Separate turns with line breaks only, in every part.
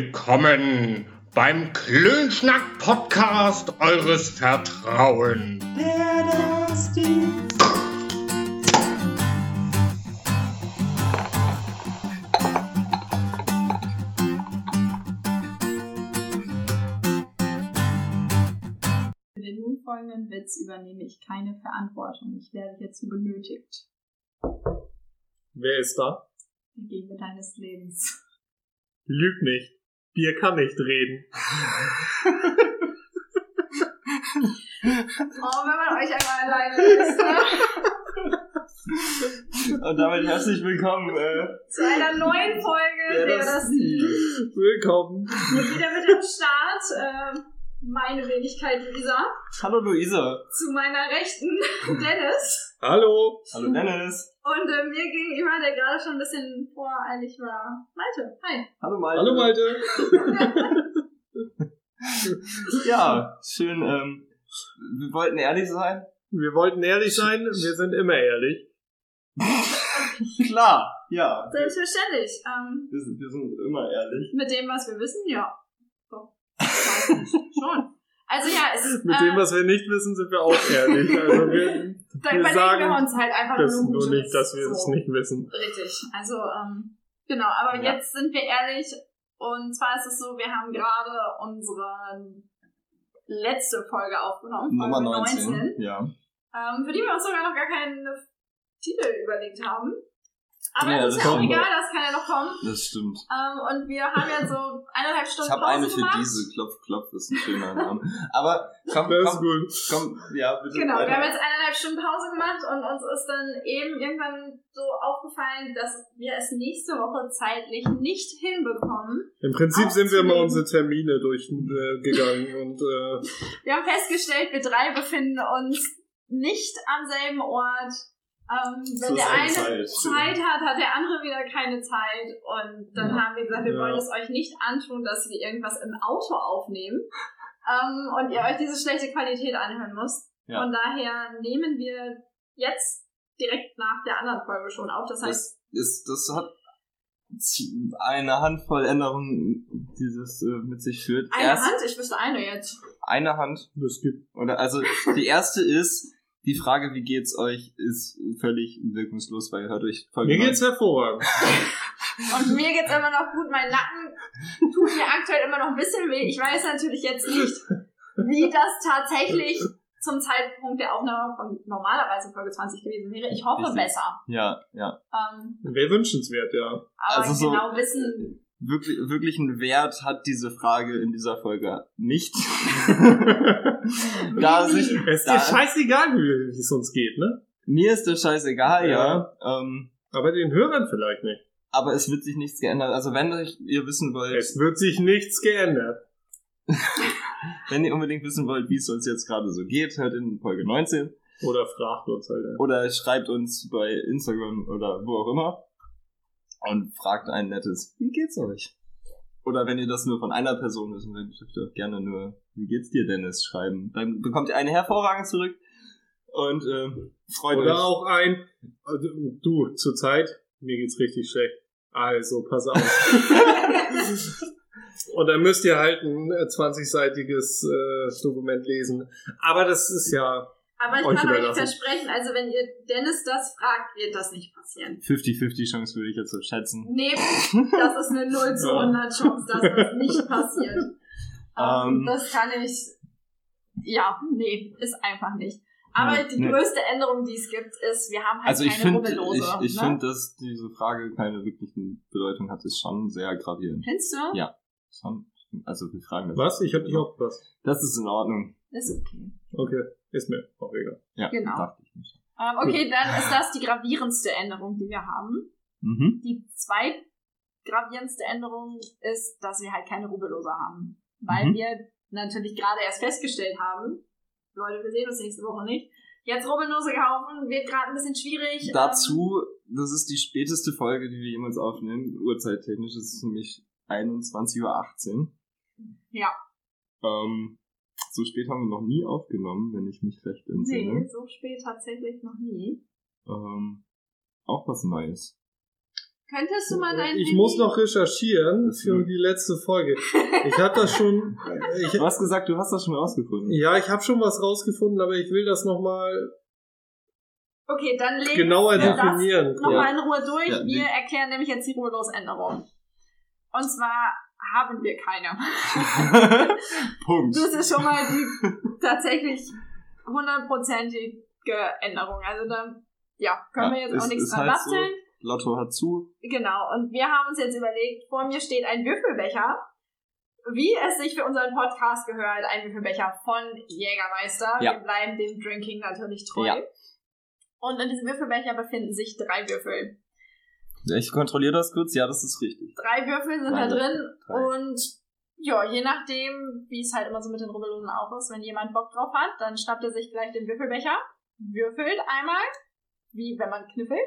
Willkommen beim Klönschnack-Podcast eures Vertrauens.
Für den nun folgenden Witz übernehme ich keine Verantwortung. Ich werde hierzu genötigt.
Wer ist da?
Die Liebe deines Lebens.
Lüg nicht. Bier kann nicht reden.
Oh, wenn man euch einmal alleine lässt, ne?
Und damit herzlich willkommen. Äh,
Zu einer neuen Folge
Wer
wäre
das
das
Willkommen.
wieder mit dem Start. ähm, meine Wenigkeit Lisa.
Hallo Luisa.
Zu meiner Rechten Dennis.
Hallo.
Hallo Dennis.
Und äh, mir gegenüber, der gerade schon ein bisschen voreilig war, Malte. Hi.
Hallo Malte.
Hallo Malte.
Ja, schön. Ähm, wir wollten ehrlich sein.
Wir wollten ehrlich sein. Wir sind immer ehrlich.
Klar, ja. Wir
Selbstverständlich. Ähm,
wir sind, wir sind immer ehrlich.
mit dem, was wir wissen, ja. Doch. Weiß nicht. schon. Also ja, es ist.
Mit
äh,
dem, was wir nicht wissen, sind wir auch ehrlich. Also wir
Da
Wir
überlegen
sagen
wir uns halt einfach
wissen
nur
nur
Gutes.
nicht, dass wir es
So,
nicht wissen.
Richtig. Also, ähm, genau, aber
Ja.
jetzt sind wir ehrlich. Und zwar ist es so, wir haben gerade unsere letzte Folge aufgenommen. Folge
Nummer 19. Ja.
ähm, für die wir uns sogar noch gar keinen Titel überlegt haben. Aber
Ja,
das ist
das
ja auch
kommt noch.
egal, das kann ja noch kommen.
Das stimmt.
Ähm, und wir haben jetzt so eineinhalb Stunden
Ich habe
Pause
eine für
gemacht.
diese. Klopf, klopf ist ein schöner Name. Aber komm,
Das ist
komm,
gut.
komm. Ja, bitte.
Genau, wir
weiter.
haben jetzt eineinhalb Stunden Pause gemacht und uns ist dann eben irgendwann so aufgefallen, dass wir es nächste Woche zeitlich nicht hinbekommen.
Im Prinzip sind wir mal
Aufzunehmen.
unsere Termine durchgegangen und äh,
Wir haben festgestellt, wir drei befinden uns nicht am selben Ort. Ähm, wenn
Zur
der
selben
eine Zeit.
Zeit.
hat, hat der andere wieder keine Zeit. Und dann
Ja.
haben wir gesagt, wir
Ja.
wollen es euch nicht antun, dass wir irgendwas im Auto aufnehmen ähm, und ihr euch diese schlechte Qualität anhören müsst.
Ja.
Von daher nehmen wir jetzt direkt nach der anderen Folge schon auf. Das heißt,
Das, ist, das hat z- eine Handvoll Änderungen, die das äh, mit sich führt.
eine
Erst
Hand, ich wüsste eine jetzt.
eine Hand
das gibt
Oder also die erste ist, die Frage, wie geht's euch, ist völlig wirkungslos, weil ihr hört euch voll
mir geht's hervorragend.
Und mir geht's immer noch gut. Mein Nacken tut mir aktuell immer noch ein bisschen weh. Ich weiß natürlich jetzt nicht, wie das tatsächlich zum Zeitpunkt der Aufnahme von normalerweise Folge 20 gewesen wäre. Ich hoffe
Richtig.
besser.
Ja, ja.
Ähm,
Wäre wünschenswert, ja.
aber
Also so-
genau wissen,
Wirklich, wirklichen Wert hat diese Frage in dieser Folge nicht. da sich,
Es ist
da,
dir scheißegal, wie wie es uns geht, ne?
mir ist der Scheiß egal, ja. Ähm,
Aber den Hörern vielleicht nicht.
aber es wird sich nichts geändert. Also wenn euch, ihr wissen wollt,
Es wird sich nichts geändert.
wenn ihr unbedingt wissen wollt, wie es uns jetzt gerade so geht, hört in Folge 19
Oder fragt uns halt. ja.
oder schreibt uns bei Instagram oder wo auch immer und fragt ein nettes, wie geht's euch? Oder wenn ihr das nur von einer Person wissen wollt, dürft ihr auch gerne nur, wie geht's dir, Dennis, schreiben. Dann bekommt ihr eine hervorragend zurück und ähm, freut
Oder
euch.
auch ein, also, du, zurzeit, mir geht's richtig schlecht. Also, pass auf. Und dann müsst ihr halt ein äh, 20-seitiges äh, Dokument lesen. Aber das ist ja,
aber ich
Euch
kann euch
überlassen.
versprechen, also wenn ihr Dennis das fragt, wird das nicht passieren.
50-50 Chance würde ich jetzt so schätzen.
Nee, das ist eine 0 zu
Ja.
100 Chance, dass das nicht passiert. Ähm,
Ähm.
das kann ich. Ja, nee, ist einfach nicht. Aber
Nee,
die
nee.
größte Änderung, die es gibt, ist, wir haben halt
Also ich
keine
finde,
Rubbellose.
ich, ich
ne?
finde, dass diese Frage keine wirkliche Bedeutung hat, ist schon sehr gravierend.
Kennst du?
Ja. Schon, also wir fragen das.
was? Ich hab dich aufgepasst.
Das ist in Ordnung.
Ist okay.
Okay, ist mir auch egal.
Ja,
Genau.
dachte ich nicht.
Ähm, okay, dann ist das die gravierendste Änderung, die wir haben.
Mhm.
Die zweitgravierendste Änderung ist, dass wir halt keine Rubbellose haben. Weil
Mhm.
wir natürlich gerade erst festgestellt haben, Leute, wir sehen uns nächste Woche nicht. Jetzt Rubbellose kaufen, wird gerade ein bisschen schwierig. Ähm,
Dazu, das ist die späteste Folge, die wir jemals aufnehmen, uhrzeittechnisch. Es ist nämlich 21.18 Uhr.
Ja.
Ähm, so spät haben wir noch nie aufgenommen, wenn ich mich recht
Ähm,
entsinne.
nee, so spät tatsächlich noch nie.
Ähm, auch was Neues.
Könntest du mal deinen
Äh, Ich
Mini-
muss noch recherchieren
Das ist
für
gut.
die letzte Folge. Ich habe das schon. äh, Ich,
Du hast gesagt, du hast das schon rausgefunden.
ja, ich habe schon was rausgefunden, aber ich will das nochmal
Okay, dann legen
genauer
wir das
definieren.
nochmal in Ruhe durch.
Ja,
wir
nee.
erklären nämlich jetzt die Ruhelosänderung. Und zwar haben wir keine.
Punkt.
Das ist schon mal die tatsächlich hundertprozentige Änderung. Also da ja, können wir
Ja,
jetzt
es
auch nichts
ist
dran
halt so.
basteln.
Lotto hat zu.
Genau, und wir haben uns jetzt überlegt, vor mir steht ein Würfelbecher. Wie es sich für unseren Podcast gehört, ein Würfelbecher von Jägermeister.
Ja.
Wir bleiben dem Drinking natürlich treu.
Ja.
Und in diesem Würfelbecher befinden sich drei Würfel.
Ich kontrolliere das kurz. Ja, das ist richtig.
Drei Würfel sind
Drei
da drin
Drei.
und ja, je nachdem, wie es halt immer so mit den Rubbellosen auch ist, wenn jemand Bock drauf hat, dann schnappt er sich gleich den Würfelbecher, würfelt einmal, wie wenn man kniffelt.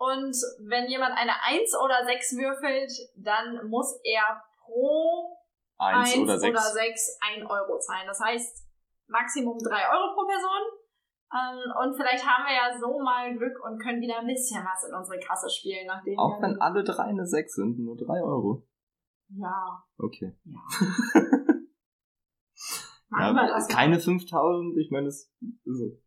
Und wenn jemand eine 1 oder 6 würfelt, dann muss er pro
Eins,
1 oder
oder sechs.
6 1 Euro zahlen. Das heißt, Maximum 3 Euro pro Person. Ähm, Und vielleicht haben wir ja so mal Glück und können wieder ein bisschen was in unsere Kasse spielen, nachdem
Auch wenn
wir.
alle drei eine sechs sind, nur drei Euro.
Ja,
Okay.
machen wir das.
keine 5000, ich meine, das so.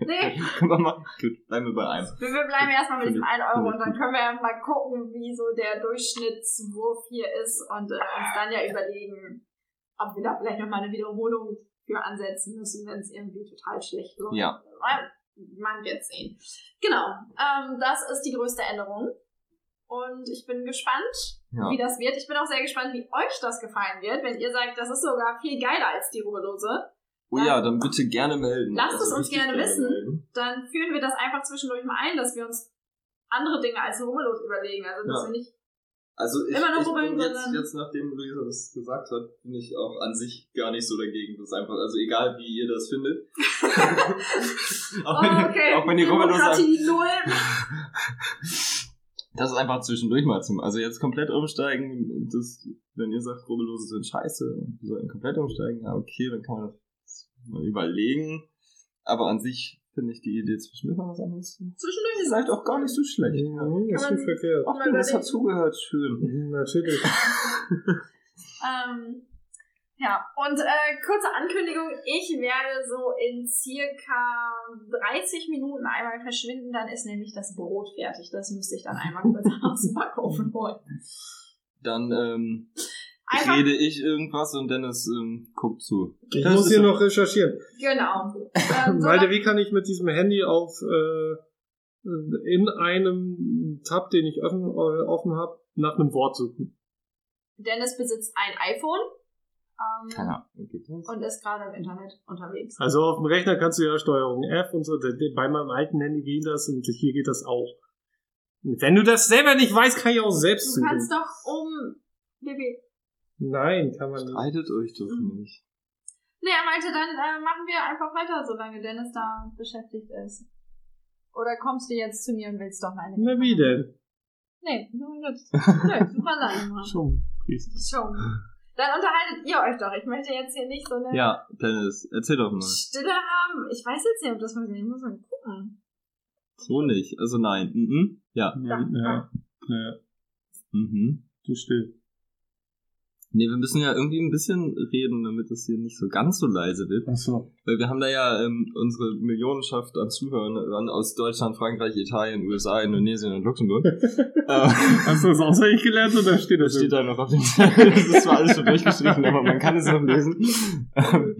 Nee,
Können wir machen. Gut, bleiben wir bei einem.
Wir, wir bleiben erstmal mit diesem 1
Finde
Euro
ich
und dann können wir ja mal gucken, wie so der Durchschnittswurf hier ist und äh, uns dann ja überlegen, ob wir da vielleicht nochmal eine Wiederholung für ansetzen müssen, wenn es irgendwie total schlecht läuft.
Ja.
Aber Man wird sehen. Genau, ähm, das ist die größte Änderung. Und ich bin gespannt,
Ja.
wie das wird. Ich bin auch sehr gespannt, wie euch das gefallen wird, wenn ihr sagt, das ist sogar viel geiler als die Ruhelose.
Oh ja, dann bitte gerne melden.
Lasst es uns
richtig
gerne wissen.
melden.
dann führen wir das einfach zwischendurch mal ein, dass wir uns andere Dinge als Rubbellos überlegen. Also, dass
Ja.
wir nicht.
Also ich,
Immer nur
ich
googeln,
bin jetzt,
sondern-
jetzt, nachdem Luisa das gesagt hat, bin ich auch an sich gar nicht so dagegen. Das ist einfach, also egal wie ihr das findet. auch, wenn,
oh, okay.
auch wenn die Rubbellos sagen,
Demokratie null.
das ist einfach zwischendurch mal zum. Also jetzt komplett umsteigen, das, wenn ihr sagt, Rubbellose sind scheiße, und wir sollten komplett umsteigen, ja okay, dann kann man das mal überlegen. Aber an sich finde ich die Idee zwischendurch mal was anderes.
Zwischendurch
Ihr
ist
seid auch gar nicht so schlecht.
Nee, ist
Kann
nicht
man-
verkehrt.
Ach, du hast dazugehört, schön.
Mhm.
Hm,
Natürlich.
ähm, ja, und äh, kurze Ankündigung, ich werde so in circa 30 Minuten einmal verschwinden, dann ist nämlich das Brot fertig. Das müsste ich dann einmal kurz aus dem Backofen holen.
Dann ähm,
Einfach,
rede ich irgendwas und Dennis ähm, guckt zu.
Ich
Das
muss
ist
hier
so.
noch recherchieren.
genau. Ähm, so
Malte, wie kann ich mit diesem Handy auf äh, in einem Tab, den ich offen, äh, offen habe, nach einem Wort suchen?
Dennis besitzt ein iPhone ähm,
Keine Ahnung. Geht das?
und ist gerade im Internet unterwegs.
Also auf dem Rechner kannst du ja Steuerung F und so. d- d- Bei meinem alten Handy geht das und hier geht das auch. Und Wenn du das selber nicht weißt, kann ich auch selbst
Du
suchen.
kannst doch um. Baby.
Nein, kann man nicht.
Streitet euch doch nicht.
Nee, er meinte, dann äh, machen wir einfach weiter, solange Dennis da beschäftigt ist. Oder kommst du jetzt zu mir und willst doch mal eine?
Na wie denn?
Nee, so nützt. Nö, super dann mal.
Schon. Siehst du.
Schon. Dann unterhaltet ihr euch doch. Ich möchte jetzt hier nicht so eine
Ja, Dennis, erzähl doch mal.
Stille haben. Ich weiß jetzt nicht, ob das funktioniert. Ich muss mal gucken.
So nicht. Also nein. Mhm. Ja.
Ja, ja, ja,
Mhm.
du still.
Nee, wir müssen ja irgendwie ein bisschen reden, damit das hier nicht so ganz so leise wird.
Ach so.
Weil wir haben da ja ähm, unsere Millionenschaft an Zuhörern aus Deutschland, Frankreich, Italien, USA, Indonesien und Luxemburg. äh,
Hast du das auswendig gelernt oder steht
Das
das?
steht da noch auf dem Zettel. Das ist zwar alles schon durchgestrichen, aber man kann es noch lesen. Ähm,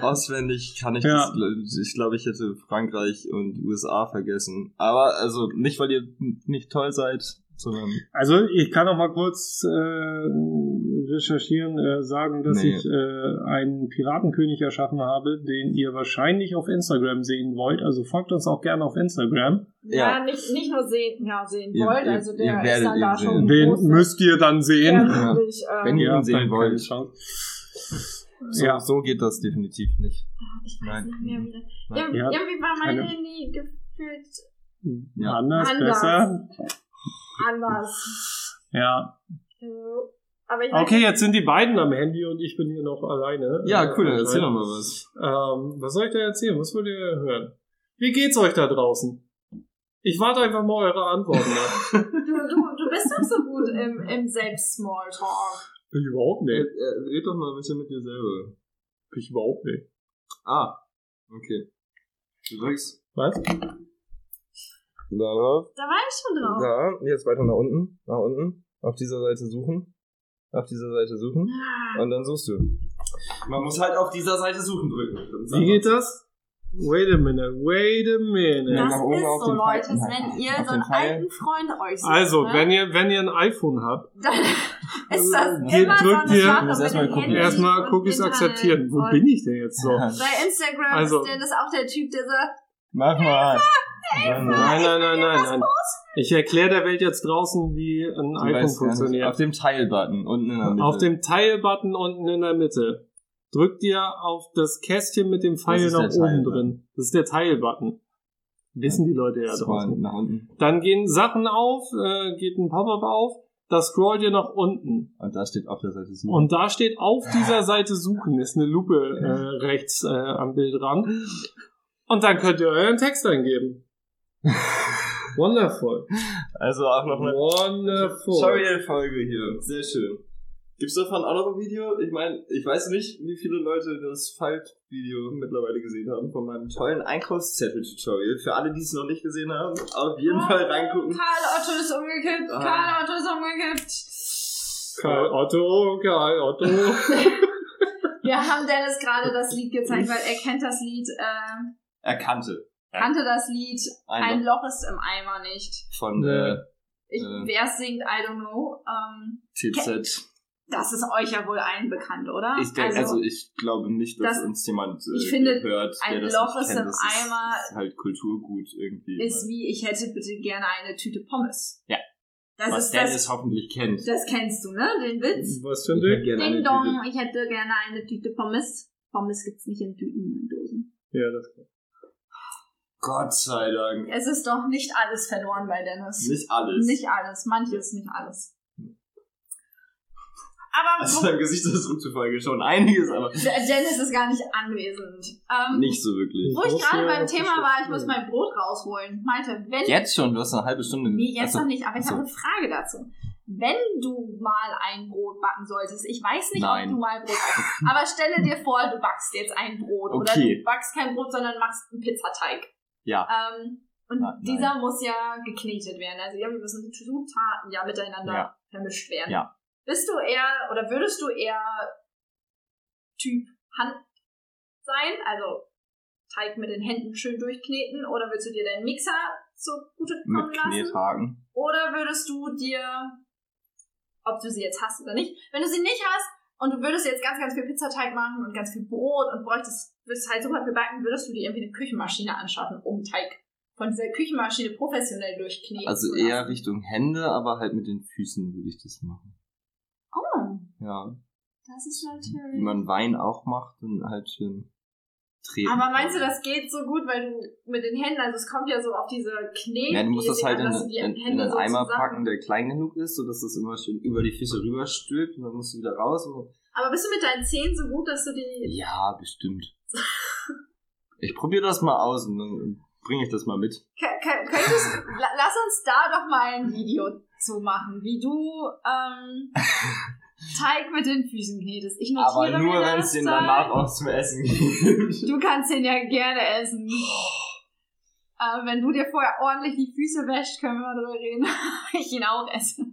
Auswendig kann ich
Ja.
das, glaub- ich glaube, ich hätte Frankreich und USA vergessen. Aber also nicht, weil ihr nicht toll seid, sondern
Also ich kann noch mal kurz äh, recherchieren, äh, sagen, dass
Nee.
ich äh, einen Piratenkönig erschaffen habe, den ihr wahrscheinlich auf Instagram sehen wollt. Also folgt uns auch gerne auf Instagram.
Ja,
Ja.
nicht, nicht nur sehen, ja, sehen
Ihr-
wollt.
ihr-
Also
ihr
der ist
werdet
dann da
ihn
schon.
sehen.
Den
groß.
müsst ihr dann
Der
sehen.
Ja.
wirklich, ähm,
Wenn ihr
Ja,
ihn sehen
dann keine
wollt.
Chance.
So,
Ja.
so geht das definitiv nicht.
Ich weiß
Nein.
nicht mehr, wie das.
Nein.
Ir-
Ja,
Irgendwie war mein
keine-
Handy gefühlt
Ja.
Anders,
Anders.
besser.
anders.
Ja.
Äh, Aber ich weiß
Okay, jetzt sind die beiden am Handy und ich bin hier noch alleine.
Ja,
Äh,
cool, dann erzähl doch mal was.
Ähm, was soll ich da erzählen? Was wollt ihr hören? Wie geht's euch da draußen? Ich warte einfach mal eure Antworten ab.
Du, du, du bist doch so gut im, im Selbst-Smalltalk.
Überhaupt
Äh,
nicht.
äh, red doch mal ein bisschen mit dir selber.
Ich überhaupt nicht.
Ah, okay. Du drückst
Was?
darauf.
Da war ich schon drauf.
Da, jetzt weiter nach unten, nach unten. Auf dieser Seite suchen. Auf dieser Seite suchen.
Ah,
Und dann suchst du. Man muss halt auf dieser Seite suchen drücken.
Wie geht das? Wait a minute, wait a minute.
Ja,
Das
nach oben
ist
auf
so,
den
Leute,
Pfeil.
wenn ihr
Auf
so einen
den Pfeil.
alten Freund euch sucht.
Also,
ne?
wenn ihr, wenn ihr ein iPhone habt,
Dann ist das
Geht-
immer so
drückt
eine
ihr-
Sache
Muss
mit
erstmal
dem
gucken.
Handy
erstmal
und
Cookies
Internet
akzeptieren. Wo
und
bin ich denn jetzt so?
Bei Instagram
Also-
ist Dennis auch der Typ, der sagt,
Mach mal.
Nein, nein, nein, nein, nein. Ich erkläre der Welt jetzt draußen, wie ein
Du weißt gar
iPhone
nicht. Auf
funktioniert.
dem Teil-Button unten in der Mitte.
Auf dem Teil-Button unten in der Mitte. Drückt ihr auf das Kästchen mit dem Pfeil
ist
nach
der
oben
Teil-Button.
drin. Das ist der Teil-Button. Wissen die Leute ja
Scroll
draußen.
nach unten.
Dann gehen Sachen auf, äh, geht ein Pop-up auf, da scrollt ihr nach unten.
Und da steht auf der Seite suchen.
Und da steht auf dieser Seite suchen, ist eine Lupe äh, rechts äh, am Bildrand. Und dann könnt ihr euren Text eingeben. Wonderful.
also auch noch eine Äh,
Wonderful.
Tutorial-Folge hier. Sehr schön. Gibt's davon auch noch ein Video? Ich meine, ich weiß nicht, wie viele Leute das Falk-Video mittlerweile gesehen haben von meinem tollen Einkaufszettel-Tutorial. Für alle, die es noch nicht gesehen haben, auf jeden
Ah,
Fall reingucken.
"Oh, Karl Otto ist umgekippt,
Ah.
Karl Otto ist umgekippt.
Karl Otto, Karl Otto.
Wir haben Dennis gerade das Lied gezeigt, weil er kennt das Lied, äh,
Erkannte.
kannte das Lied Ein
Ein
Loch ist im Eimer nicht.
von
Ja.
äh,
Ich,
Äh.
Wer es singt, I don't know. Ähm,
TZ.
das ist euch ja wohl allen bekannt, oder?
Ich denk, also, ich glaube nicht, dass
das-
uns jemand äh,
ich finde,
hört, der
ein
das
Loch
nicht
ist
kennt.
im
das ist,
Eimer
ist halt Kulturgut irgendwie.
ist wie, ich hätte bitte gerne eine Tüte Pommes.
Ja.
Das
was
also ist das,
Dennis hoffentlich kennt.
das kennst du, ne? Den Witz.
Was
Ich
finde
hätte
ich?
gerne Hm, eine
Ding
Tüte-
dong, ich hätte gerne eine Tüte Pommes. Pommes gibt's nicht in Tüten, nur in Dosen.
Ja, das
Gott sei Dank.
Es ist doch nicht alles verloren bei Dennis.
Nicht alles.
Nicht alles, manches nicht alles. Aber
also deinem Gesichtsausdruck zufolge schon einiges, aber
Dennis ist gar nicht anwesend. Ähm,
nicht so wirklich.
Wo ich gerade beim Thema war, ich muss
mal.
mein Brot rausholen. Malte, wenn.
Jetzt schon, du hast eine halbe Stunde. also
Nee, jetzt
Achso.
noch nicht, aber ich
Achso.
habe eine Frage dazu. Wenn du mal ein Brot backen solltest, ich weiß nicht,
Nein.
ob du mal Brot backst, aber stelle dir vor, du backst jetzt ein Brot oder
Okay.
du backst kein Brot, sondern machst einen Pizzateig.
Ja.
Ähm, und
Na- nein.
dieser muss ja geknetet werden. Also irgendwie müssen die Zutaten ja miteinander
Ja.
vermischt werden.
Ja.
Bist du eher oder würdest du eher Typ Hand sein? Also Teig mit den Händen schön durchkneten oder würdest du dir deinen Mixer zugute kommen
Mit
lassen?
Knethaken.
Oder würdest du dir, ob du sie jetzt hast oder nicht, wenn du sie nicht hast und du würdest jetzt ganz, ganz viel Pizzateig machen und ganz viel Brot und bräuchtest, würdest halt super viel backen, würdest du dir irgendwie eine Küchenmaschine anschaffen, um Teig von dieser Küchenmaschine professionell durchkneten
Also
zu
eher
lassen?
Richtung Hände, aber halt mit den Füßen würde ich das machen.
Oh,
Ja.
das ist
Wie
natürlich...
man Wein auch macht, dann halt schön treten.
Aber meinst du, das geht so gut, weil du mit den Händen, also es kommt ja so auf diese Kneten,
Ja, du musst das halt in,
dass du die
in, in
Hände
einen
so
Eimer
zusammen-
packen, der klein genug ist, sodass das immer schön über die Füße rüberstülpt und dann musst du wieder raus. Und
Aber bist du mit deinen Zähnen so gut, dass du die...
ja, bestimmt. Ich probiere das mal aus und dann bringe ich das mal mit.
K- k- Könntest, la- lass uns da doch mal ein Video zu machen, wie du ähm, Teig mit den Füßen knetest. Ich notiere
Aber nur,
mir
wenn
das
es den
dann.
danach auch zum Essen gibt.
Du kannst den ja gerne essen.
Oh.
äh, wenn du dir vorher ordentlich die Füße wäschst, können wir mal drüber reden, ob ich ihn auch esse.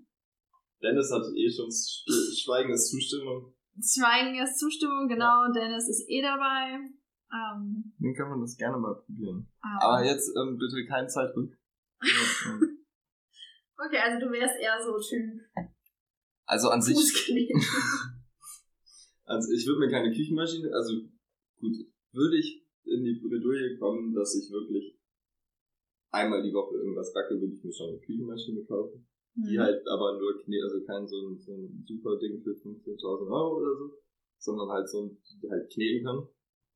Dennis hat eh schon schweigendes Zustimmung.
Schweigen ist Zustimmung, genau. Dennis ist eh dabei. Ähm,
Dann kann man das gerne mal probieren.
ähm,
Aber jetzt ähm, bitte kein Zeitdruck.
okay, also du wärst eher so Typ
also an sich,
Fußkneten.
also ich würde mir keine Küchenmaschine, also gut, würde ich in die Bredouille kommen, dass ich wirklich einmal die Woche irgendwas backe, würde ich mir schon eine Küchenmaschine kaufen. die
Mhm. Hm.
halt aber nur Knie, also kein so ein, so ein super Ding für 15.000 Euro oder so, sondern halt so ein, die halt kneten kann.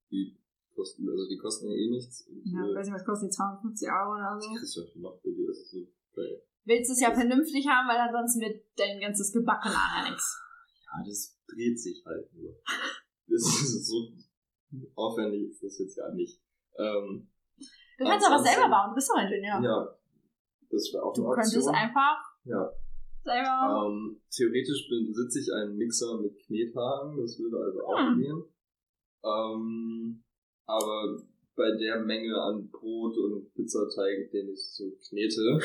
Die kosten, also die kosten ja eh nichts. Und,
Ja,
äh,
weiß nicht, was kostet die 250 Euro oder so?
die kriegst du ja viel noch für die, also so, weil,
willst es ja vernünftig haben, weil ansonsten wird dein ganzes Gebacken nachher nichts.
ja, das dreht sich halt nur. Das ist so aufwendig ist das jetzt ja nicht. Ähm,
Du kannst aber selber bauen, du bist doch Ingenieur.
Ja. Das wäre auch
du
eine
könntest
Option.
einfach
Ja.
selber.
Ähm, theoretisch besitze ich einen Mixer mit Knethaken, das würde also auch
Hm.
gehen. Ähm, aber bei der Menge an Brot und Pizzateig, den ich so knete,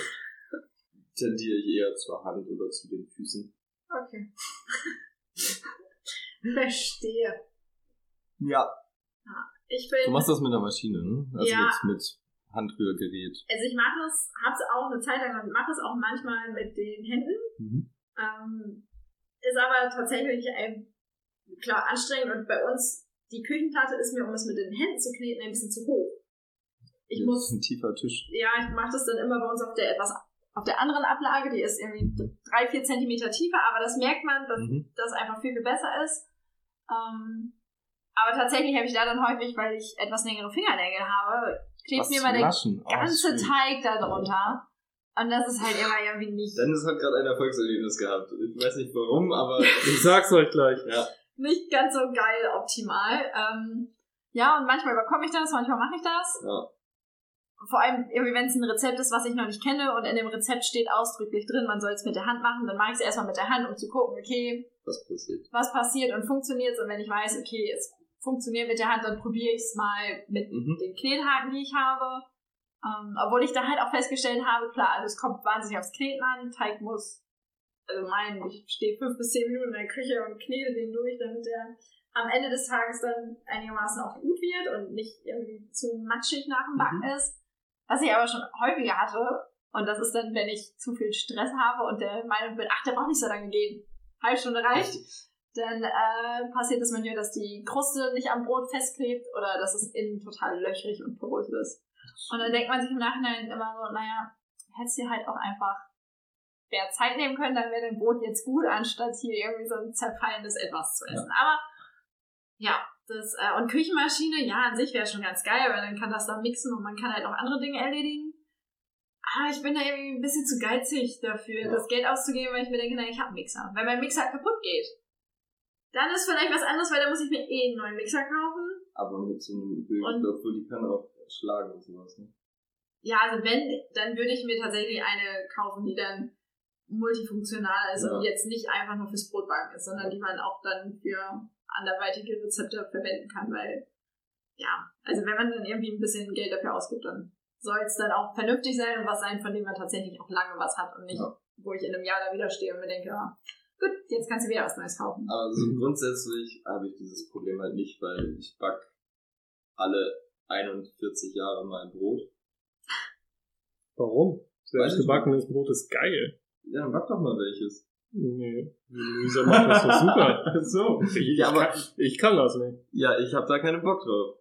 tendiere ich eher zur Hand oder zu den Füßen.
Okay. Verstehe.
Ja.
Ich
Du
bin.
machst das mit einer Maschine, ne? Also
Ja.
mit, mit Handrührgerät.
Also ich mache es, hab's auch eine Zeit lang und mache es auch manchmal mit den Händen.
Mhm.
Ähm, ist aber tatsächlich ein, klar anstrengend und bei uns die Küchenplatte ist mir, um es mit den Händen zu kneten, ein bisschen zu hoch. Ich
das
muss
ist ein tiefer Tisch.
ja, ich mache das dann immer bei uns auf der etwas auf der anderen Ablage, die ist irgendwie drei, vier Zentimeter tiefer, aber das merkt man, dass
Mhm.
das einfach viel, viel besser ist. Ähm, aber tatsächlich habe ich da dann häufig, weil ich etwas längere Fingernägel habe, klebt mir immer der
Laschen. Oh,
ganze
schön.
Teig da drunter. Und das ist halt immer irgendwie nicht,
Dennis hat gerade ein Erfolgserlebnis gehabt. Ich weiß nicht warum, aber
Ich sag's euch gleich.
ja.
nicht ganz so geil optimal. Ähm, ja, und manchmal überkomme ich das, manchmal mache ich das.
Ja.
Vor allem, irgendwie, wenn es ein Rezept ist, was ich noch nicht kenne und in dem Rezept steht ausdrücklich drin, man soll es mit der Hand machen, dann mache ich es erstmal mit der Hand, um zu gucken, okay,
Was passiert?
was passiert und funktioniert Und wenn ich weiß, okay, es funktioniert mit der Hand, dann probiere ich es mal mit
Mhm.
den Knethaken, die ich habe. Ähm, obwohl ich da halt auch festgestellt habe, klar, also es kommt wahnsinnig aufs Kneten an. Teig muss, also mein, ich stehe fünf bis zehn Minuten in der Küche und knete den durch, damit der am Ende des Tages dann einigermaßen auch gut wird und nicht irgendwie zu matschig nach dem Backen ist. Was ich aber schon häufiger hatte, und das ist dann, wenn ich zu viel Stress habe und der Meinung bin, ach, der braucht nicht so lange gehen. Halbe Stunde reicht. Dann äh, passiert es manchmal, dass die Kruste nicht am Brot festklebt oder dass es innen total löchrig und porös ist. Und dann denkt man sich im Nachhinein immer so, naja, hättest dir halt auch einfach mehr Zeit nehmen können, dann wäre dein Brot jetzt gut, anstatt hier irgendwie so ein zerfallendes etwas zu essen. Aber ja, das äh, und Küchenmaschine, ja, an sich wäre schon ganz geil, weil dann kann das dann mixen und man kann halt auch andere Dinge erledigen. Aber ich bin da irgendwie ein bisschen zu geizig dafür,
Ja.
das Geld auszugeben, weil ich mir denke, na, ich habe einen Mixer. Wenn mein Mixer kaputt geht, dann ist vielleicht was anderes, weil da muss ich mir eh einen neuen Mixer kaufen.
Aber mit so einem
Und-
Bildstoff, die kann auch schlagen und sowas. Ne?
Ja, also wenn, dann würde ich mir tatsächlich eine kaufen, die dann multifunktional ist
Ja.
und jetzt nicht einfach nur fürs Brotbacken ist, sondern die man auch dann für anderweitige Rezepte verwenden kann, weil ja, also wenn man dann irgendwie ein bisschen Geld dafür ausgibt, dann soll es dann auch vernünftig sein und was sein, von dem man tatsächlich auch lange was hat und nicht,
Ja.
wo ich in einem Jahr da wieder stehe und mir denke, ah, gut, jetzt kannst du wieder was Neues kaufen.
Aber so grundsätzlich habe ich dieses Problem halt nicht, weil ich back alle 41 Jahre mein Brot.
Warum?
Weiß
Selbst
ich
gebackenes Brot ist geil.
Ja, dann back doch mal welches.
Nee, Luisa macht das doch super.
Ach so.
Ich, ich,
Ja, aber-
kann, ich kann das nicht.
Ja, ich habe da keinen Bock drauf.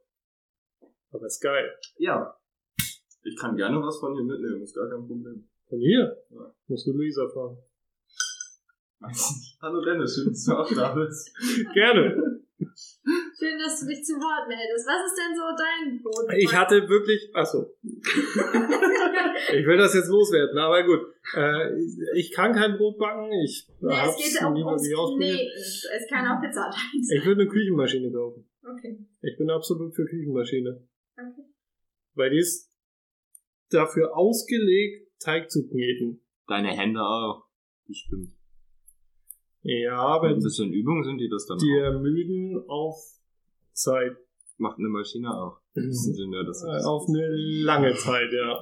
Aber ist geil.
Ja. Ich kann gerne was von hier mitnehmen, ist gar kein Problem.
Von hier musst du Luisa fahren.
Hallo Dennis, schön, dass du auch da bist.
Gerne.
Schön, dass du dich zu Wort meldest. Was ist denn so dein Brot?
Ich hatte wirklich, achso, ich will das jetzt loswerden, aber gut. Äh, ich kann kein Brot backen. Ich
Nee, es
hab's
geht auch
nie
ums
wirklich ausprobiert.
Kneten. Es kann auch Pizza sein.
Ich würde eine Küchenmaschine kaufen.
Okay.
Ich bin absolut für Küchenmaschine.
Okay.
Weil die ist dafür ausgelegt, Teig zu kneten.
Deine Hände auch. Bestimmt.
Ja, aber
Mit ein bisschen Übung sind die das dann
die
auch.
ermüden auf Zeit.
Macht eine Maschine auch. Wissen Sie, ne, dass
Äh, Auf eine lange Zeit, ja.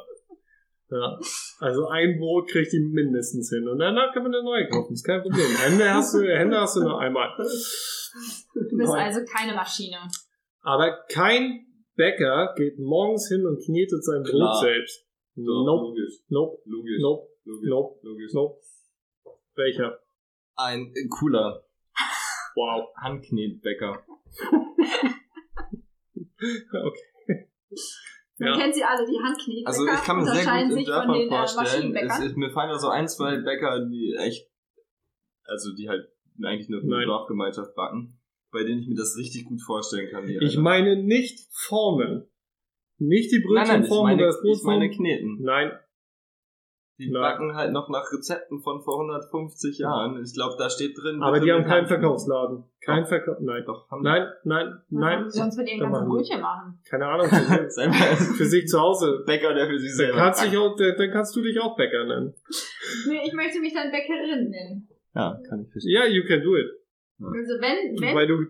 Ja. Also ein Brot kriegt die mindestens hin. Und danach kann man eine neue kaufen. Ist kein Problem. Hände hast du, Hände hast du nur einmal.
Du bist also keine Maschine.
Aber kein Bäcker geht morgens hin und knetet sein Brot
Klar.
selbst.
Doch,
Nope,
Logisch.
nope,
Logisch.
nope,
Logisch.
nope,
Logisch.
nope. Welcher?
Ein cooler
Wow.
Handknetbäcker.
Okay.
Man
Ja.
kennt sie alle, die Handkneter.
Also ich kann mir sehr
unterscheiden
gut in
sich von
Dörfern
den äh,
vorstellen. Es,
Maschinenbäckern.
es, mir fallen da so ein, zwei Bäcker, die echt, also die halt eigentlich nur für die
Nein.
Dorfgemeinschaft backen, bei denen ich mir das richtig gut vorstellen kann. Die
Ich
Alter.
meine nicht Formen. Nicht die
nein, nein, ich
Brötchenform
meine,
oder das
ich meine
Brotform.
Kneten.
Nein.
Die
Nein.
backen halt noch nach Rezepten von vor 150 Jahren. Ich glaube, da steht drin.
Aber die haben keinen
Verkaufsladen.
Verkaufsladen. Kein
Oh.
Verkauf. Nein.
Doch, haben
Nein, nein, nein.
Sonst wird ihr ein
Dann
ganzes
machen wir.
Brötchen machen.
Keine Ahnung. Für,
Selber als
für sich zu Hause.
Bäcker, der für sich
Dann
selber.
kannst,
backt.
dich auch, dann kannst du dich auch Bäcker nennen.
Nee, ich möchte mich dann Bäckerin nennen.
Ja, kann ich verstehen.
Ja, you can do it.
Also wenn, wenn,
Weil du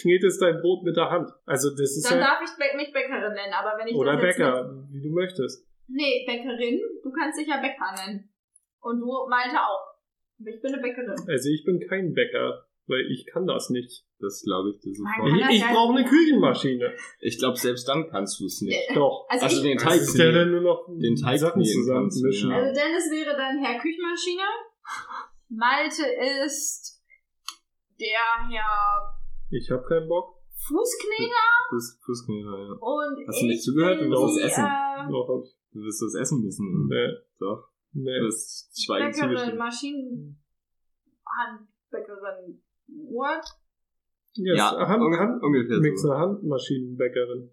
knetest dein Brot mit der Hand. Also das ist
dann
ja.
darf ich Bä- mich Bäckerin nennen, aber wenn ich
Oder
das jetzt mit-
Bäcker, wie du möchtest.
Nee, Bäckerin, du kannst dich ja Bäcker nennen. Und du Malte auch. Ich bin eine Bäckerin.
Also ich bin kein Bäcker, weil ich kann das nicht.
Das glaube ich dir
Nein,
sofort.
kann
Ich,
das
ich
sein?
brauche eine Küchenmaschine.
Ich glaube, selbst dann kannst du es nicht.
Doch.
Also,
Also
ich,
den
Was
Teig
ist der
kneten.
denn nur noch
Den Teig
Sachen
kneten kannst du,
zusammenmischen?
ja.
also Dennis wäre dann Herr Küchenmaschine. Malte ist der Herr
Ich habe keinen Bock.
Fußkneter
Fuß, Fußkneter, ja.
und
Hast
ich
du nicht zugehört?
bin
Du darfst
die,
essen.
Äh,
Doch, hab ich.
Du wirst das Essen müssen.
Nee.
Hm. Doch.
Nee.
Du wirst schweigen
Bäckerin,
zugestimmt.
Maschinenhandbäckerin. What?
Yes.
Ja,
Hand,
un-
Hand,
ungefähr so.
Mixer, Handmaschinenbäckerin.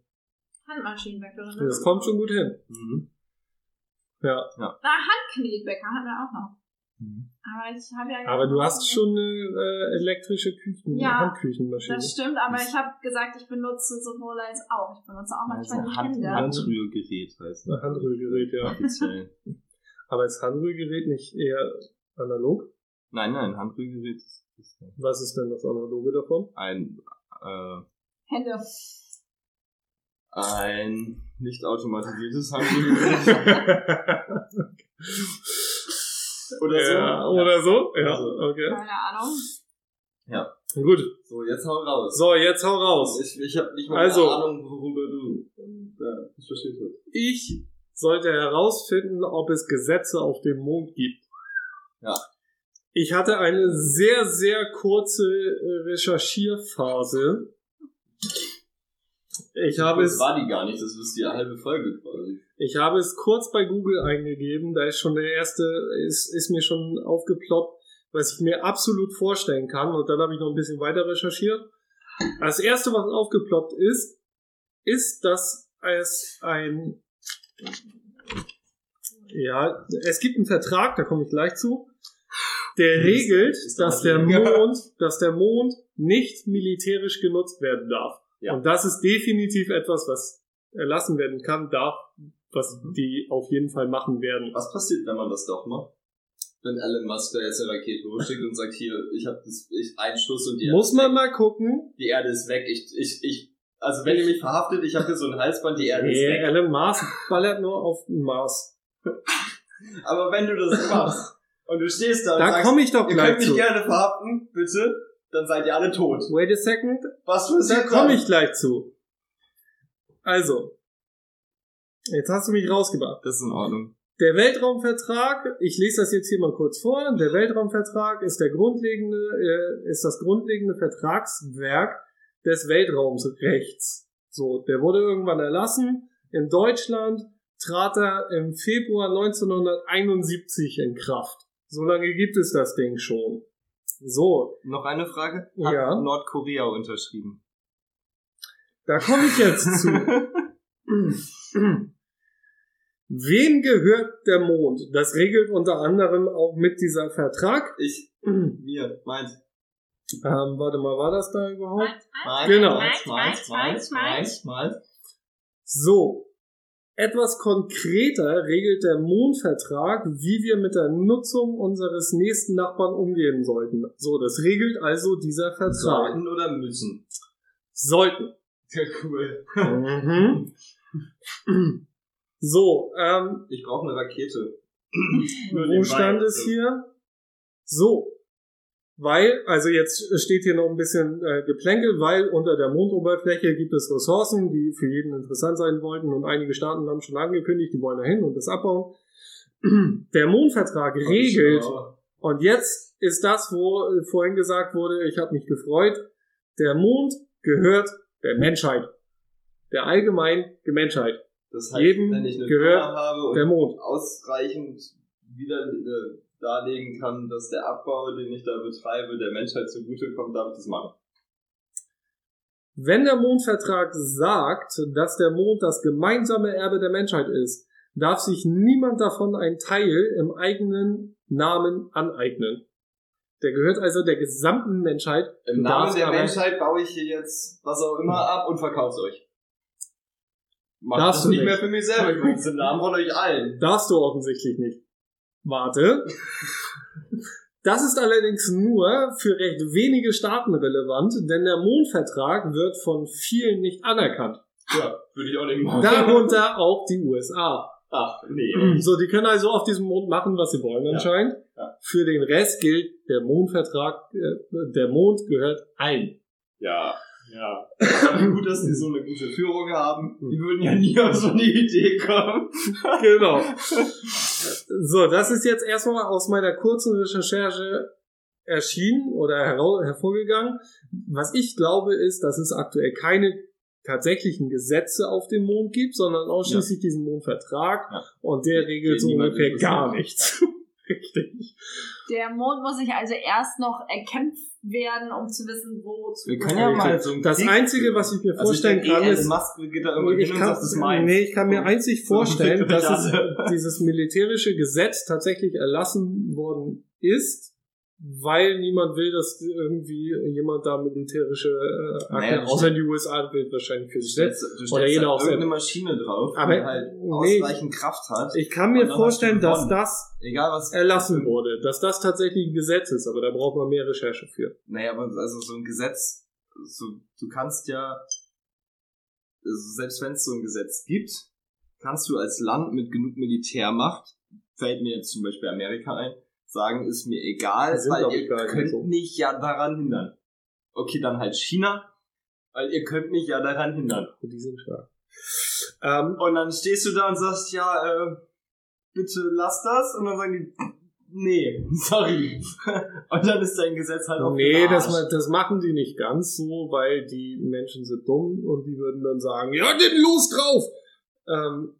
Handmaschinenbäckerin. ne?
Das kommt schon gut hin.
Mhm.
Ja.
Na, Handknetbäcker hatten wir auch noch.
Mhm.
Aber ich habe ja
Aber du hast schon eine äh, elektrische Küchen
Ja,
Handküchenmaschine.
Das stimmt, aber
Das-
ich habe gesagt, ich benutze sowohl als auch. Ich benutze auch
Das ist
manchmal
ein
die
Also Hand,
Hände.
Handrührgerät heißt
Ein Handrührgerät, ja.
Offiziell.
Aber ist Handrührgerät nicht eher analog?
Nein, nein, Handrührgerät ist ist
Was ist denn das Analoge davon?
ein, äh,
Hände.
ein nicht automatisiertes Handrührgerät. Oder so.
Ja, oder so? Ja,
Also.
okay.
Keine Ahnung.
Gut.
So, jetzt hau raus.
So, jetzt hau raus.
Ich, ich habe nicht mal
Also.
eine Ahnung, worüber du ähm, da recherchiert hast.
Ich sollte herausfinden, ob es Gesetze auf dem Mond gibt.
Ja.
Ich hatte eine sehr, sehr kurze äh, Recherchierphase. Ich habe
das
es
war die gar nicht, das ist die halbe Folge quasi.
Ich habe es kurz bei Google eingegeben, da ist schon der erste, ist, ist mir schon aufgeploppt, was ich mir absolut vorstellen kann. Und dann habe ich noch ein bisschen weiter recherchiert. Das erste, was aufgeploppt ist, ist, dass es ein, ja, es gibt einen Vertrag, da komme ich gleich zu, der regelt, dass der Mond, dass der Mond nicht militärisch genutzt werden darf.
Ja.
Und das ist definitiv etwas, was erlassen werden kann, darf, was
Mhm.
die auf jeden Fall machen werden.
Was passiert, wenn man das doch macht? Wenn Elon Musk da jetzt eine Rakete hochschickt und sagt, hier, ich habe das, ich einen Schuss und die Erde,
Muss man mal gucken.
die Erde ist weg. Ich, ich, ich, also wenn ihr mich verhaftet, ich habe hier so ein Halsband, die Erde ist
Nee,
weg.
Elon Mars ballert nur auf den Mars.
Aber wenn du das machst und du stehst da und
Da
sagst,
komme ich doch
ihr könnt
gleich
mich
zu.
gerne verhaften, bitte, dann seid ihr alle tot.
Wait a second,
Was für
da komme ich gleich zu. Also, jetzt hast du mich rausgebracht.
Das ist in Ordnung.
Der Weltraumvertrag, ich lese das jetzt hier mal kurz vor, der Weltraumvertrag ist der grundlegende, äh, ist das grundlegende Vertragswerk des Weltraumsrechts. So, der wurde irgendwann erlassen. In Deutschland trat er im Februar 1971 in Kraft. So lange gibt es das Ding schon. So,
Noch eine Frage?
Hat Ja.
Nordkorea unterschrieben?
da komme ich jetzt zu. Wem gehört der Mond? Das regelt unter anderem auch mit dieser Vertrag.
Ich,
Ähm,
mir, meins.
warte mal, war das da überhaupt?
Meins,
Genau.
meins, meins, meins, meins, meins.
So. Etwas konkreter regelt der Mondvertrag, wie wir mit der Nutzung unseres nächsten Nachbarn umgehen sollten. So, das regelt also dieser Vertrag.
Sollten oder müssen?
Sollten.
Ja, cool.
So, ähm,
Ich brauche eine Rakete. Nur
Wo
den
stand
Ball.
es hier? So. Weil, also jetzt steht hier noch ein bisschen äh, Geplänkel, weil unter der Mondoberfläche gibt es Ressourcen, die für jeden interessant sein wollten und einige Staaten haben schon angekündigt, die wollen da hin und das abbauen. Der Mondvertrag regelt, und jetzt ist das, wo äh, vorhin gesagt wurde, ich habe mich gefreut, der Mond gehört der Menschheit. Der allgemein Menschheit.
Das heißt,
Jedem
wenn ich eine
gehört
Firma habe und
Der Mond.
ausreichend wieder äh, darlegen kann, dass der Abbau, den ich da betreibe, der Menschheit zugutekommt, darf ich das machen.
Wenn der Mondvertrag sagt, dass der Mond das gemeinsame Erbe der Menschheit ist, darf sich niemand davon ein Teil im eigenen Namen aneignen. Der gehört also der gesamten Menschheit.
Im
Du
Namen
darfst
der
aber-
Menschheit baue ich hier jetzt was auch immer ab und verkauf's euch. Mach
Darfst
das
du
nicht
nicht.
mehr für mich selber, ich mach's im Namen von euch allen.
Darfst du offensichtlich nicht. Warte. Das ist allerdings nur für recht wenige Staaten relevant, denn der Mondvertrag wird von vielen nicht anerkannt.
Ja, würde ich auch nicht
Darunter auch die USA.
Ach, nee.
So, die können also auf diesem Mond machen, was sie wollen
Ja.
anscheinend.
Ja.
Für den Rest gilt der Mondvertrag, äh, der Mond gehört allen.
Ja, ja. Aber gut, dass die so eine gute Führung haben. Die würden ja nie auf so eine Idee kommen.
Genau. so, das ist jetzt erstmal aus meiner kurzen Recherche erschienen oder herau- hervorgegangen. Was ich glaube, ist, dass es aktuell keine tatsächlichen Gesetze auf dem Mond gibt, sondern ausschließlich diesen Mondvertrag
Ja.
und der regelt
Den
so
niemand
ungefähr
interessiert.
gar nichts. Richtig.
Der Mond muss sich also erst noch erkämpft werden, um zu wissen, wo zu.
Wir können ja mal so einen
Das
Krieg
Einzige,
führen.
was ich mir
Also ich
vorstellen
denke,
kann,
eh,
ist,
Elon Musk geht da irgendwie
ich
hin und
kann,
sagt, das ist mein.
nee, ich kann mir einzig
So,
vorstellen,
bitte,
dass es,
alle.
dieses militärische Gesetz tatsächlich erlassen worden ist, weil niemand will, dass irgendwie jemand da militärische äh, Akte,
Naja, das
außer die USA will wahrscheinlich für sich selbst.
stellst- du stellst
Oder jeder
da
auch selbst.
irgendeine Maschine drauf, die
Aber-
halt
nee.
ausreichend Kraft hat.
Ich kann
Und
mir
dann
vorstellen,
hast du
dass
gewonnen.
das
Egal was.
erlassen wurde, dass das tatsächlich ein Gesetz ist, aber da braucht man mehr Recherche für.
Naja, aber also so ein Gesetz, so, du kannst ja, also selbst wenn es so ein Gesetz gibt, kannst du als Land mit genug Militärmacht, fällt mir jetzt zum Beispiel Amerika ein, sagen, ist mir egal,
Die sind
weil
doch
ihr
egal,
könnt
so.
mich ja daran hindern. Okay, dann halt China, weil ihr könnt mich ja daran hindern.
Und die sind stark. Ähm,
Und dann stehst du da und sagst, ja, äh, bitte lass das. Und dann sagen die, nee, sorry. Und dann ist dein Gesetz halt auch
Nee, das, ma- das machen die nicht ganz so, weil die Menschen sind dumm und die würden dann sagen, ja, nimm los drauf! Ähm,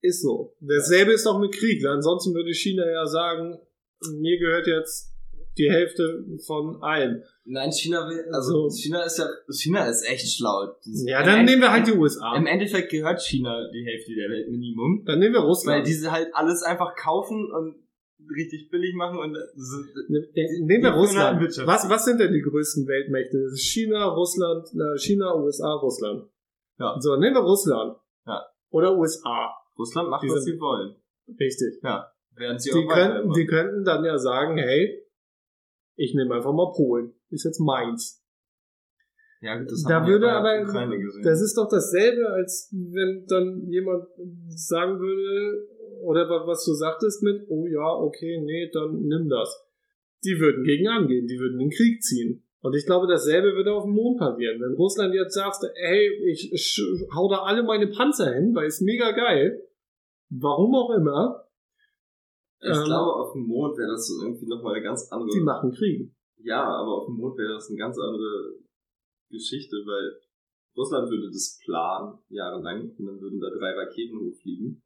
ist so. Dasselbe ist auch mit Krieg. Ansonsten würde China ja sagen, mir gehört jetzt die Hälfte von allem.
Nein, China will, also
So.
China ist ja, China ist echt schlau. Die sind-
Ja,
im
dann
End-
nehmen wir halt die USA.
Im Endeffekt gehört China die Hälfte der Welt Minimum.
Dann nehmen wir
Weil
Russland.
diese halt alles einfach kaufen und richtig billig machen und so-
Ne- ne- Nehmen wir
die halt
Russland.
Wirtschaft.
Was, was sind denn die größten Weltmächte? Das ist China, Russland, äh, China, USA, Russland.
Ja.
So, nehmen wir Russland.
Ja.
Oder USA.
Russland macht,
Die
was
sind-
sie wollen.
Richtig.
Werden sie
Die
auch
könnten,
weitermachen.
die könnten dann ja sagen, hey, ich nehme einfach mal Polen. Ist jetzt meins.
Ja, gut, das
Da
haben wir
würde
bei
aber-
Ukraine gesehen.
Das ist doch dasselbe, als wenn dann jemand sagen würde, oder wa- was du sagtest mit, oh ja, okay, nee, dann nimm das. Die würden gegen angehen, die würden den Krieg ziehen. Und ich glaube, dasselbe würde auf dem Mond passieren. Wenn Russland jetzt sagt, hey, ich sch- hau da alle meine Panzer hin, weil ist mega geil. Warum auch immer,
ich
ähm,
glaube, auf dem Mond wäre das so irgendwie nochmal eine ganz andere
die machen Krieg.
Ja, aber auf dem Mond wäre das eine ganz andere Geschichte, weil Russland würde das planen, jahrelang, und dann würden da drei Raketen hochfliegen.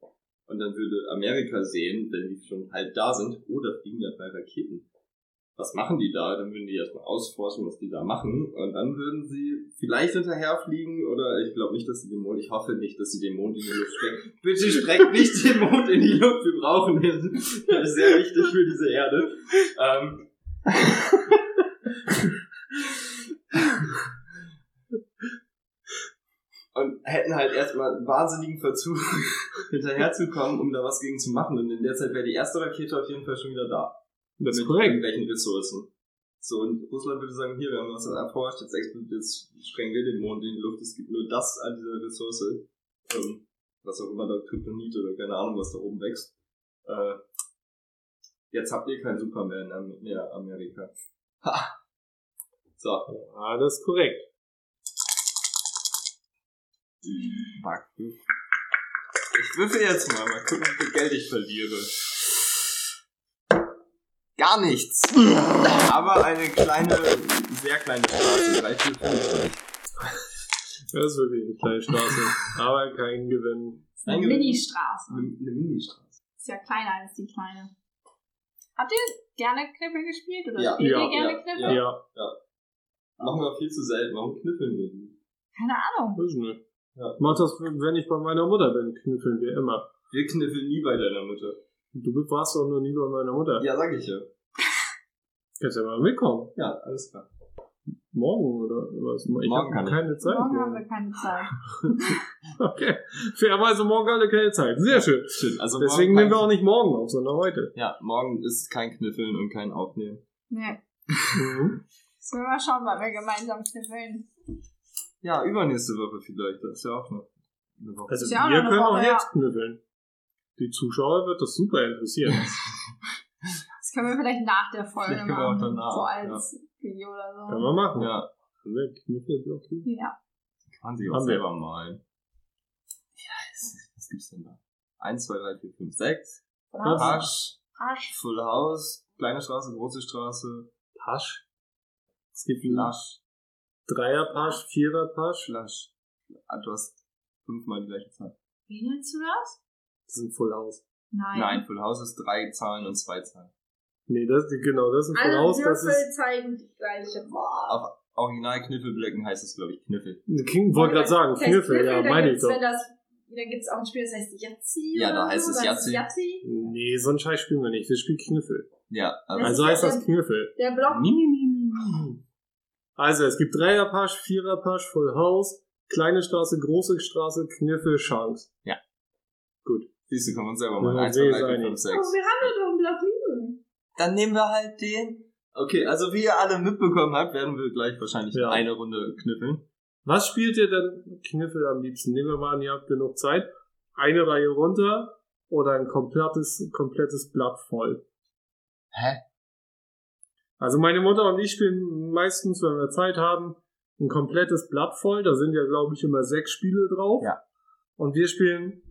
Und dann würde Amerika sehen, wenn die schon halb da sind, oh, da fliegen ja drei Raketen. Was machen die da? Dann würden die erstmal ausforschen, was die da machen. Und dann würden sie vielleicht hinterherfliegen oder ich glaube nicht, dass sie den Mond, ich hoffe nicht, dass sie den Mond in die Luft strecken. Bitte streckt nicht den Mond in die Luft, wir brauchen den. Der ist sehr wichtig für diese Erde. Ähm, und hätten halt erstmal einen wahnsinnigen Verzug hinterherzukommen, um da was gegen zu machen. Und in der Zeit wäre die erste Rakete auf jeden Fall schon wieder da.
Das ist
Mit
korrekt.
irgendwelchen Ressourcen. So, und Russland würde sagen, hier, wir haben das erforscht, jetzt explodiert, jetzt sprengen wir den Mond in die Luft, es gibt nur das an dieser Ressource. Ähm, was auch immer da Kryptonit oder keine Ahnung, was da oben wächst. Äh, jetzt habt ihr keinen Superman am- mehr, Amerika. Ha! So.
Ja, das ist korrekt.
Ich würfel jetzt mal, mal gucken, wie viel Geld ich verliere. Gar nichts. Aber eine kleine, sehr kleine Straße, drei, vier Punkte.
Das ist wirklich eine kleine Straße, aber kein Gewinn.
Eine
Eine- Eine,
Mini-Straße.
eine Mini-Straße.
Ist ja kleiner als die kleine. Habt ihr gerne Kniffel gespielt? Oder
Ja.
spielt
Ja,
ihr gerne
ja,
Kniffel?
Ja,
Ja. Machen wir viel zu selten. Warum knüffeln wir die?
Keine Ahnung.
wissen wir.
Ja.
Mach das, wenn ich bei meiner Mutter bin, knüffeln wir immer.
Wir kniffeln nie bei deiner Mutter.
Du warst doch noch nie bei meiner Mutter.
Ja, sag ich ja.
Kannst ja mal mitkommen.
Ja, alles klar.
Morgen oder was? Ich
Morgen
habe
kann ich.
keine Zeit.
Morgen haben wir keine Zeit.
Okay. Fairerweise morgen alle keine Zeit. Sehr schön.
Stimmt, also
Deswegen
morgen
nehmen wir auch nicht morgen auf, sondern heute.
Ja, morgen ist kein Kniffeln und kein Aufnehmen.
Nee.
Mhm.
Jetzt wollen wir mal schauen, was wir gemeinsam kniffeln.
Ja, übernächste Woche vielleicht. Das ist ja auch noch eine Woche.
Also
Ist ja auch
wir
noch eine
können auch
Woche,
jetzt knüffeln. Die Zuschauer wird das super interessieren.
Das können wir vielleicht nach der Folge
Vielleicht können wir auch
machen.
danach,
so als Video oder so.
Können wir machen.
ja,
Haben wir Knüffelblock hier?
Ja.
kann sich auch
Haben wir.
selber malen. Ja, es- was gibt's denn da? 1, 2, 3, 4, 5, 6. Pasch,
Arsch.
Full House, kleine Straße, große Straße,
Pasch. Es gibt einen
Flash,
Dreier-Pasch, Vierer-Pasch.
Flash. Ah, Du hast fünfmal die gleiche Zahl.
Wie nennst du das?
Das ist ein Full House.
Nein.
Nein, Full House ist drei Zahlen und zwei Zahlen.
Nee, das, genau, das ist ein Full House.
Alle
Das ist,
Würfel zeigen die gleiche Boah.
Auf Original Kniffelblöcken heißt es, glaube ich, Kniffel.
King wollte gerade sagen,
Das heißt
Kniffel, ja,
dann
meine ich
gibt's,
doch.
Wenn das, dann gibt es auch ein Spiel, das heißt Jazzi.
Ja,
oder
da heißt
so,
es
dann ist
Yahtzee.
Yahtzee.
Nee, so einen Scheiß spielen wir nicht. Wir spielen Kniffel.
Ja, aber.
Das
Also
ist
heißt
ja
das
der-
Kniffel.
Der Block.
Also, es gibt Dreierpasch, Viererpasch, Full House, kleine Straße, große Straße, Kniffel, Chance.
Siehst du, kann man selber mal.
Ja,
1,
sehe
2,
ich
3, 4,
eigentlich.
5,
Oh,
6.
wir haben ja doch einen Block liegen.
Dann nehmen wir halt den. Okay, also wie ihr alle mitbekommen habt, werden wir gleich wahrscheinlich
Ja.
eine Runde kniffeln.
Was spielt ihr denn Kniffel am liebsten? Nehmen wir mal an, ihr habt genug Zeit. Eine Reihe runter oder ein komplettes, komplettes Blatt voll.
Hä?
Also meine Mutter und ich spielen meistens, wenn wir Zeit haben, ein komplettes Blatt voll. Da sind ja, glaube ich, immer sechs Spiele drauf.
Ja.
Und wir spielen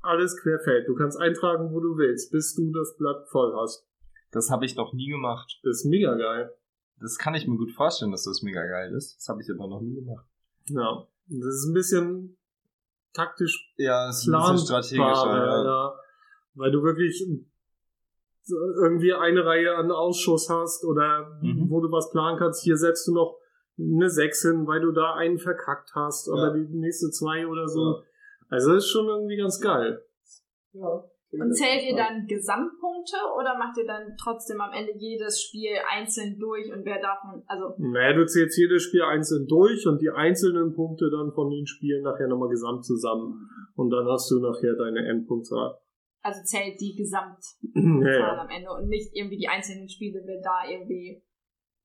alles querfeld. Du kannst eintragen, wo du willst, bis du das Blatt voll hast.
Das habe ich noch nie gemacht.
Das ist mega geil.
Das kann ich mir gut vorstellen, dass das mega geil ist. Das habe ich aber noch nie gemacht.
Ja. Das ist ein bisschen taktisch
Ja, das ist ein bisschen strategischer. Ja.
planbare, ja. Weil du wirklich so irgendwie eine Reihe an Ausschuss hast oder
Mhm.
wo du was planen kannst. Hier setzt du noch eine 6 hin, weil du da einen verkackt hast, aber
Ja.
die nächste 2 oder so. Also das ist schon irgendwie ganz geil.
Ja.
Und zählt ihr dann Gesamtpunkte oder macht ihr dann trotzdem am Ende jedes Spiel einzeln durch und wer davon, also,
Naja, du zählst jedes Spiel einzeln durch und die einzelnen Punkte dann von den Spielen nachher nochmal gesamt zusammen. Und dann hast du nachher deine Endpunktzahl.
also zählt die Gesamtzahl
ja, ja.
am Ende und nicht irgendwie die einzelnen Spiele, wer da irgendwie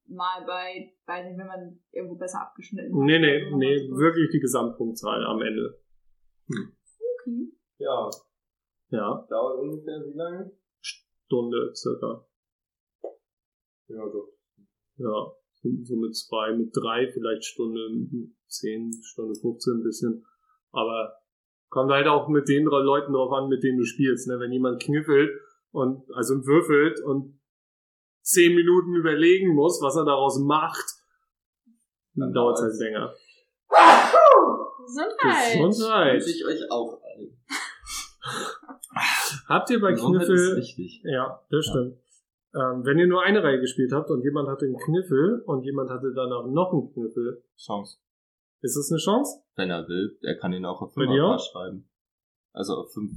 mal bei, weiß nicht, wenn man irgendwo besser abgeschnitten hat.
Nee, nee,
Oder
nee,
so.
wirklich die Gesamtpunktzahl am Ende.
Okay.
ja,
Ja,
dauert ungefähr wie lange?
Stunde circa.
Ja, doch.
Ja, so so mit zwei, mit drei, vielleicht Stunde zehn, Stunde 15 ein bisschen. Aber kommt halt auch mit den drei Leuten drauf an, mit denen du spielst. Ne? Wenn jemand kniffelt und also würfelt und zehn Minuten überlegen muss, was er daraus macht, dann
Dann
dauert es halt
dauert's.
länger.
Gesundheit.
Gesundheit.
ich euch auch ein.
Habt ihr bei
Gesundheit ist
Kniffel
wichtig.
Ja, das
Ja.
stimmt. Ähm, wenn ihr nur eine Reihe gespielt habt und jemand hatte einen Kniffel und jemand hatte danach noch einen Kniffel,
Chance.
ist das eine Chance?
Wenn er will, er kann ihn auch auf
Bei
5
dir auch?
schreiben. Also auf 5.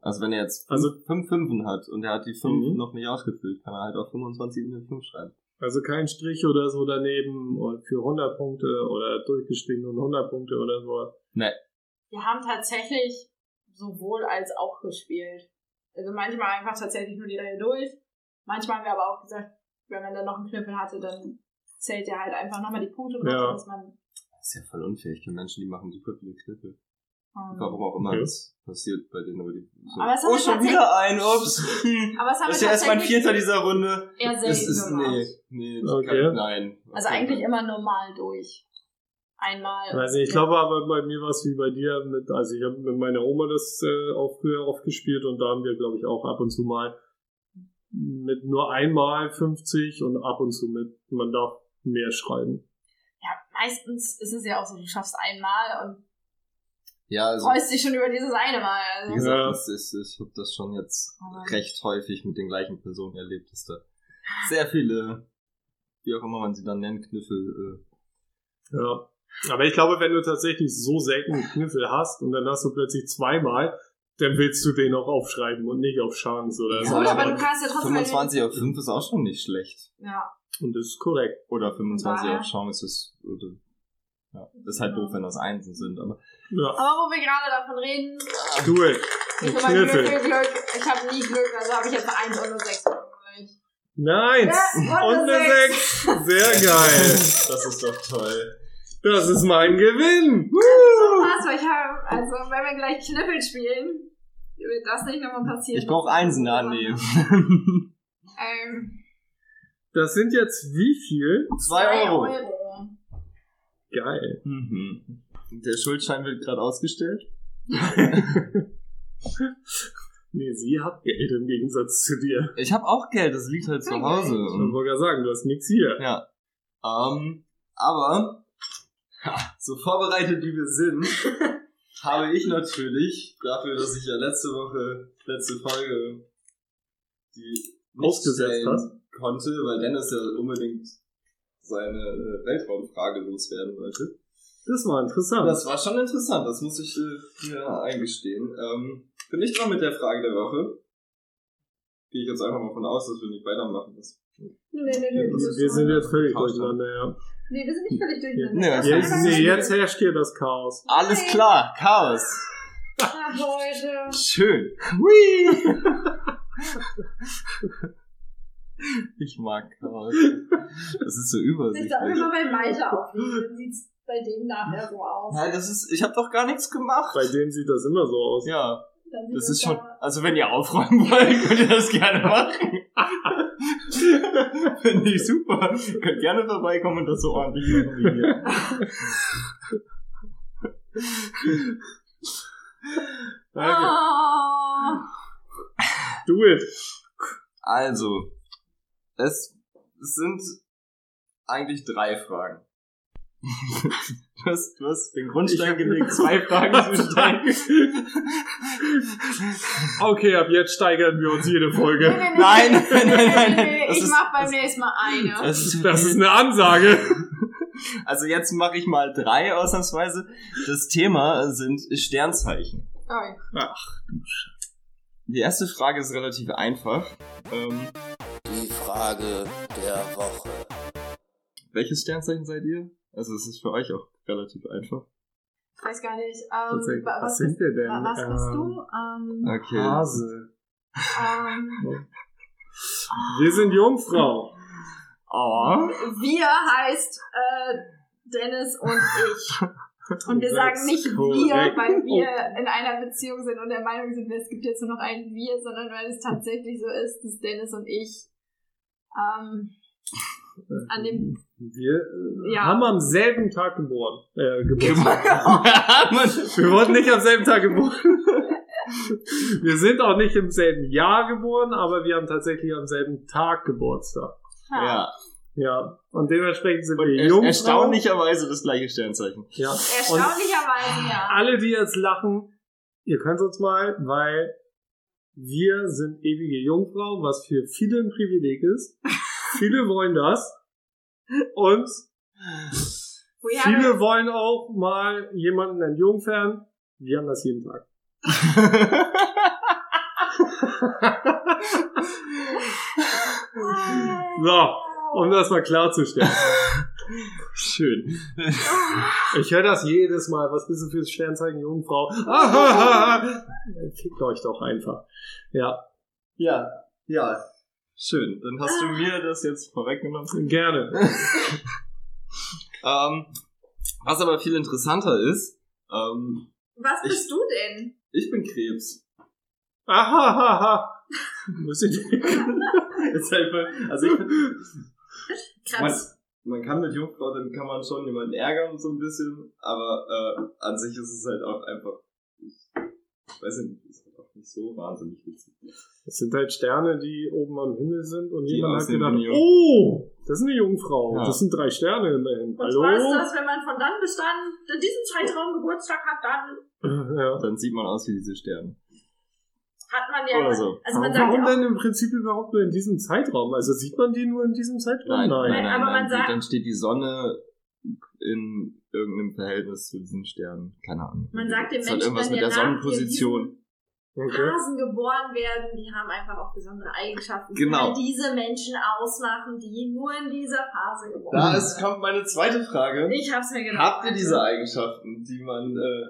Also wenn er jetzt
Also-
5 Fünfen hat und er hat die 5
Mhm.
noch nicht ausgefüllt, kann er halt auf 25 in den 5 schreiben.
Also kein Strich oder so daneben und für 100 Punkte oder durchgestrichen und 100 Punkte oder so.
Wir haben tatsächlich sowohl als auch gespielt. Also manchmal einfach tatsächlich nur die Reihe durch. Manchmal haben wir aber auch gesagt, wenn man dann noch einen Knüppel hatte, dann zählt ja halt einfach nochmal die Punkte drauf,
Ja.
dass man.
Das ist ja voll unfair. Ich kenne Menschen, die machen super viele Kniffe.
Ähm,
Warum auch immer
Okay.
das passiert bei denen, aber die. So,
Aber es haben
oh,
wir
schon
tatsächlich-
wieder ein, ups. Hm.
aber es haben
Das ist
wir
ja erst mein
tatsächlich
vierter dieser Runde.
eher
Das
selten
ist,
gemacht.
nee, nee, das
Okay.
kann, nein.
Also eigentlich immer normal durch. Einmal.
Weiß nicht, ich glaube aber bei mir war es wie bei dir mit, also ich habe mit meiner Oma das äh, auch früher oft gespielt und da haben wir, glaube ich, auch ab und zu mal mit nur einmal 50 und ab und zu mit, man darf mehr schreiben.
Ja, meistens ist es ja auch so, du schaffst einmal und
Ja, also.
freust dich schon über dieses eine Mal.
Wie
Also,
gesagt,
Ja.
das ist, ich habe das schon jetzt
Aber-
recht häufig mit den gleichen Personen erlebt, dass da sehr viele, wie auch immer man sie dann nennt, Kniffel.
Ja. Aber ich glaube, wenn du tatsächlich so selten einen Kniffel hast und dann hast du plötzlich zweimal, dann willst du den auch aufschreiben und nicht auf Chance oder
Ja,
so.
Gut,
aber
aber du kannst ja trotzdem.
25 äh, auf 5 ist auch schon nicht schlecht.
Ja.
Und das ist korrekt.
Oder 25
Ja.
auf Chance ist. Oder, ja, ist halt doof, wenn das Einsen sind, aber.
Ja,
Aber wo wir gerade davon reden,
Ah,
do it.
ich
Ein
habe Glück,
Kniffel.
Glück, Glück. Ich habe nie Glück, also habe ich jetzt eine 1 und eine 6.
Nein!
Ja,
Und eine 6. Sehr geil.
Das ist doch toll.
Das ist mein Gewinn.
Uh.
Was, weil ich habe, also wenn wir gleich Kniffel spielen, wird das nicht nochmal passieren.
Ich brauche Einsen annehmen.
Ähm,
Das sind jetzt wie viel?
2 Euro.
Euro.
Geil.
Mhm. Der Schuldschein wird gerade ausgestellt.
Nee, sie hat Geld im Gegensatz zu dir.
Ich habe auch Geld, das liegt halt zu
Kein
Hause.
Geld.
Ich wollte gerade sagen, du hast nichts hier.
Ja. Ähm, aber, ha, so vorbereitet wie wir sind, habe ich natürlich, dafür, dass ich ja letzte Woche, letzte Folge, die nicht
Ausgesetzt
stellen
hast.
konnte, weil Dennis ja unbedingt seine äh, Weltraumfrage loswerden wollte.
Das war interessant.
Das war schon interessant, das muss ich äh, mir eingestehen. Ähm, bin ich dran mit der Frage der Woche. Gehe ich jetzt einfach mal von aus, dass wir nicht weitermachen. Das
Nee, nee, nee, nee.
also,
das
wir
ist
sind
so.
jetzt völlig
Tausch dann.
durcheinander, ja.
Nee, wir sind nicht völlig
Nee, also
durcheinander.
das
Ja,
ist-
Jetzt, nee, jetzt herrscht hier das Chaos.
Alles
Nein.
klar, Chaos.
Ach, Leute.
Schön. Hui. Ich mag Chaos. Das ist so
Ich
übersichtlich.
darf immer bei Malte aufnehmen, dann sieht es bei dem nachher so aus.
Nein, das ist. Ich habe doch gar nichts gemacht.
Bei dem sieht das immer so aus.
Ja,
Dann sieht
das ist
da-
schon. Also wenn ihr aufräumen wollt, könnt ihr das gerne machen. Finde ich super. Könnt gerne vorbeikommen und das so ordentlich machen wie hier.
Danke.
Oh.
Do it.
Also, es sind eigentlich drei Fragen. Du hast, du hast den Grundstein gelegt, zwei Fragen zu stellen.
Okay, ab jetzt steigern wir uns jede
Nee,
Folge.
nee, nee,
Nein,
nee,
nein,
nee,
nein, nein,
nee,
nein.
nee,
Das
Ich
ist-
mach beim
das-
nächsten Mal eine.
Das ist,
Das ist eine Ansage.
also jetzt mache ich mal drei ausnahmsweise. Das Thema sind Sternzeichen.
Okay.
Die erste Frage ist relativ einfach. Ähm,
Die Frage der Woche.
welches Sternzeichen seid ihr? Also es ist für euch auch relativ einfach.
Ich weiß gar nicht. Ähm,
Tatsächlich,
wa-
was
was,
sind wir denn?
was bist
Ähm,
du? Ähm,
Okay.
Hase.
ähm,
Wir sind Jungfrau.
Ah.
Ah.
Oh.
wir heißt äh, Dennis und ich. Und wir
Das
sagen nicht
ist
wir,
korrekt.
weil wir in einer Beziehung sind und der Meinung sind, es gibt jetzt nur noch ein wir, sondern weil es tatsächlich so ist, dass Dennis und ich ähm, an dem
Wir äh,
Ja.
haben am selben Tag geboren. Äh, geboren.
Mann.
Wir wurden nicht am selben Tag geboren. Wir sind auch nicht im selben Jahr geboren, aber wir haben tatsächlich am selben Tag Geburtstag.
ja.
Ja, und dementsprechend sind wir
Er,
Jungfrau.
erstaunlicherweise das gleiche Sternzeichen.
Ja. Und
erstaunlicherweise Also ja.
alle, die jetzt lachen, ihr könnt uns mal, weil wir sind ewige Jungfrau, was für viele ein Privileg ist. viele wollen das. Und
We have
viele wollen auch mal jemanden entjungfern. Wir haben das jeden Tag. So, um das mal klarzustellen.
Schön.
Ich höre das jedes Mal. Was bist du für ein Sternzeichen Jungfrau? Ahaha. Fickt euch doch einfach. Ja,
Ja, ja. Schön. Dann hast
Ah.
du mir das jetzt vorweggenommen.
gerne.
Ähm, was aber viel interessanter ist, ähm,
Was bist du denn?
ich bin Krebs.
Ahaha. Muss ich
Ist einfach, also ich, man,
Krebs.
man kann mit Jungfrau, dann kann man schon jemanden ärgern so ein bisschen, aber äh, an sich ist es halt auch einfach, ich weiß nicht, ist halt auch nicht so wahnsinnig witzig.
Es sind halt Sterne, die oben am Himmel sind und
Die
jemand hat
aussehen
gedacht,
wie eine Jungfrau.
oh, das ist eine Jungfrau.
Ja.
Das sind drei Sterne immerhin.
Und zwar ist
Hallo?
das, wenn man von dann bis dann in diesem Zeitraum Geburtstag hat, dann
Ja.
Also
Dann sieht man aus wie diese Sterne.
hat man ja.
Oder so.
Also man sagt
Warum
ja auch,
denn im Prinzip überhaupt nur in diesem Zeitraum? Also sieht man die nur in diesem Zeitraum?
Nein, nein, nein,
aber
nein.
man sagt-
dann steht die Sonne in irgendeinem Verhältnis zu diesen Sternen. Keine Ahnung.
man sagt dem
Es hat
Menschen
irgendwas
dann
mit
ja
der
nach
Sonnenposition.
dem-
Okay.
Hasen geboren werden, die haben einfach auch besondere Eigenschaften,
Genau.
die all diese Menschen ausmachen, die nur in dieser Phase geboren
Da
werden.
ist, kommt meine zweite Frage.
ich hab's mir gedacht. Also,
Habt ihr diese Eigenschaften, die man, äh,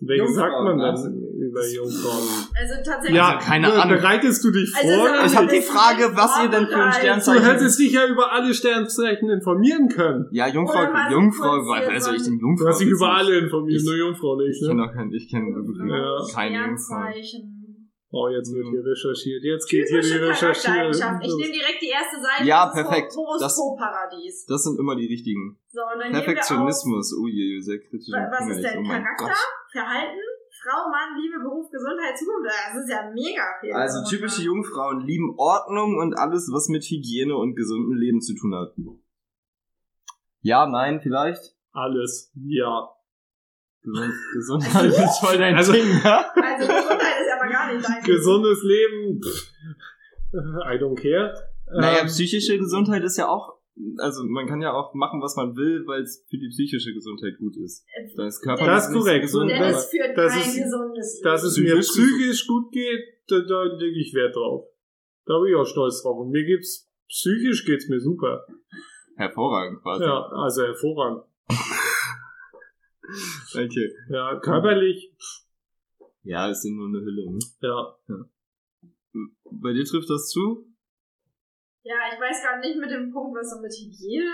Welche
Jungfrauen,
sagt man
also-
dann über Jungfrauen?
Also tatsächlich.
Ja,
Also keine
be-
Ahnung.
Bereitest du dich vor?
Also sag mal,
Ich hab die
das ist
Frage,
nicht
was ihr denn für ein
vorbereitet.
Sternzeichen-
du hättest dich ja über alle Sternzeichen informieren können.
ja, Jungfrau,
Oder mal so
Jungfrau,
kurz
weil,
hier
wer
so
soll ich
ein-
denn Jungfrau?
Du hast dich
wissen?
über alle informiert,
Ich-
nur Jungfrau nicht,
Ich kenne
ne?
auch keinen, ich kenne wirklich
Ja.
keinen Jungfrau.
Sternzeichen.
Oh, jetzt wird hier recherchiert. Jetzt geht hier die
Typische
Recherchiere.
Charaktereigenschaft. Ich nehme direkt die erste Seite.
Ja,
das ist
perfekt.
Ho-
Das-
Horoskopparadies.
Das sind immer die richtigen.
So, und dann
Perfektionismus, oh je, sehr kritisch.
Gehen wir auf, wa- was ist
Kümmerlich.
denn?
Oh mein
Charakter,
Gott.
Verhalten, Frau, Mann, Liebe, Beruf, Gesundheit, Zukunft. Das ist ja mega viel.
Also typische Jungfrauen lieben Ordnung und alles, was mit Hygiene und gesundem Leben zu tun hat. Ja, nein, vielleicht.
Alles. Ja.
Gesund- Gesundheit ist voll dein
Also-
Ding. ja?
Also Gesundheit ist aber gar nicht dein.
Gesundes Leben. Pff. I don't care.
Naja,
Ähm,
psychische Gesundheit ist ja auch, also man kann ja auch machen, was man will, weil es für die psychische Gesundheit gut ist. Das, Körper
Das
ist
ist korrekt.
Gesund,
Denn
aber
es führt
das
kein
ist-
gesundes
dass es mir
Psychisch-
psychisch gut geht, da, da lege ich Wert drauf. Da bin ich auch stolz drauf. Und mir geht's, psychisch geht's mir super.
hervorragend quasi.
Ja, also hervorragend.
Okay.
Ja, körperlich,
Ja, ist ja nur eine Hülle. Ne?
ja.
Bei dir trifft das zu?
Ja, ich weiß gerade nicht mit dem Punkt, was so mit Hygiene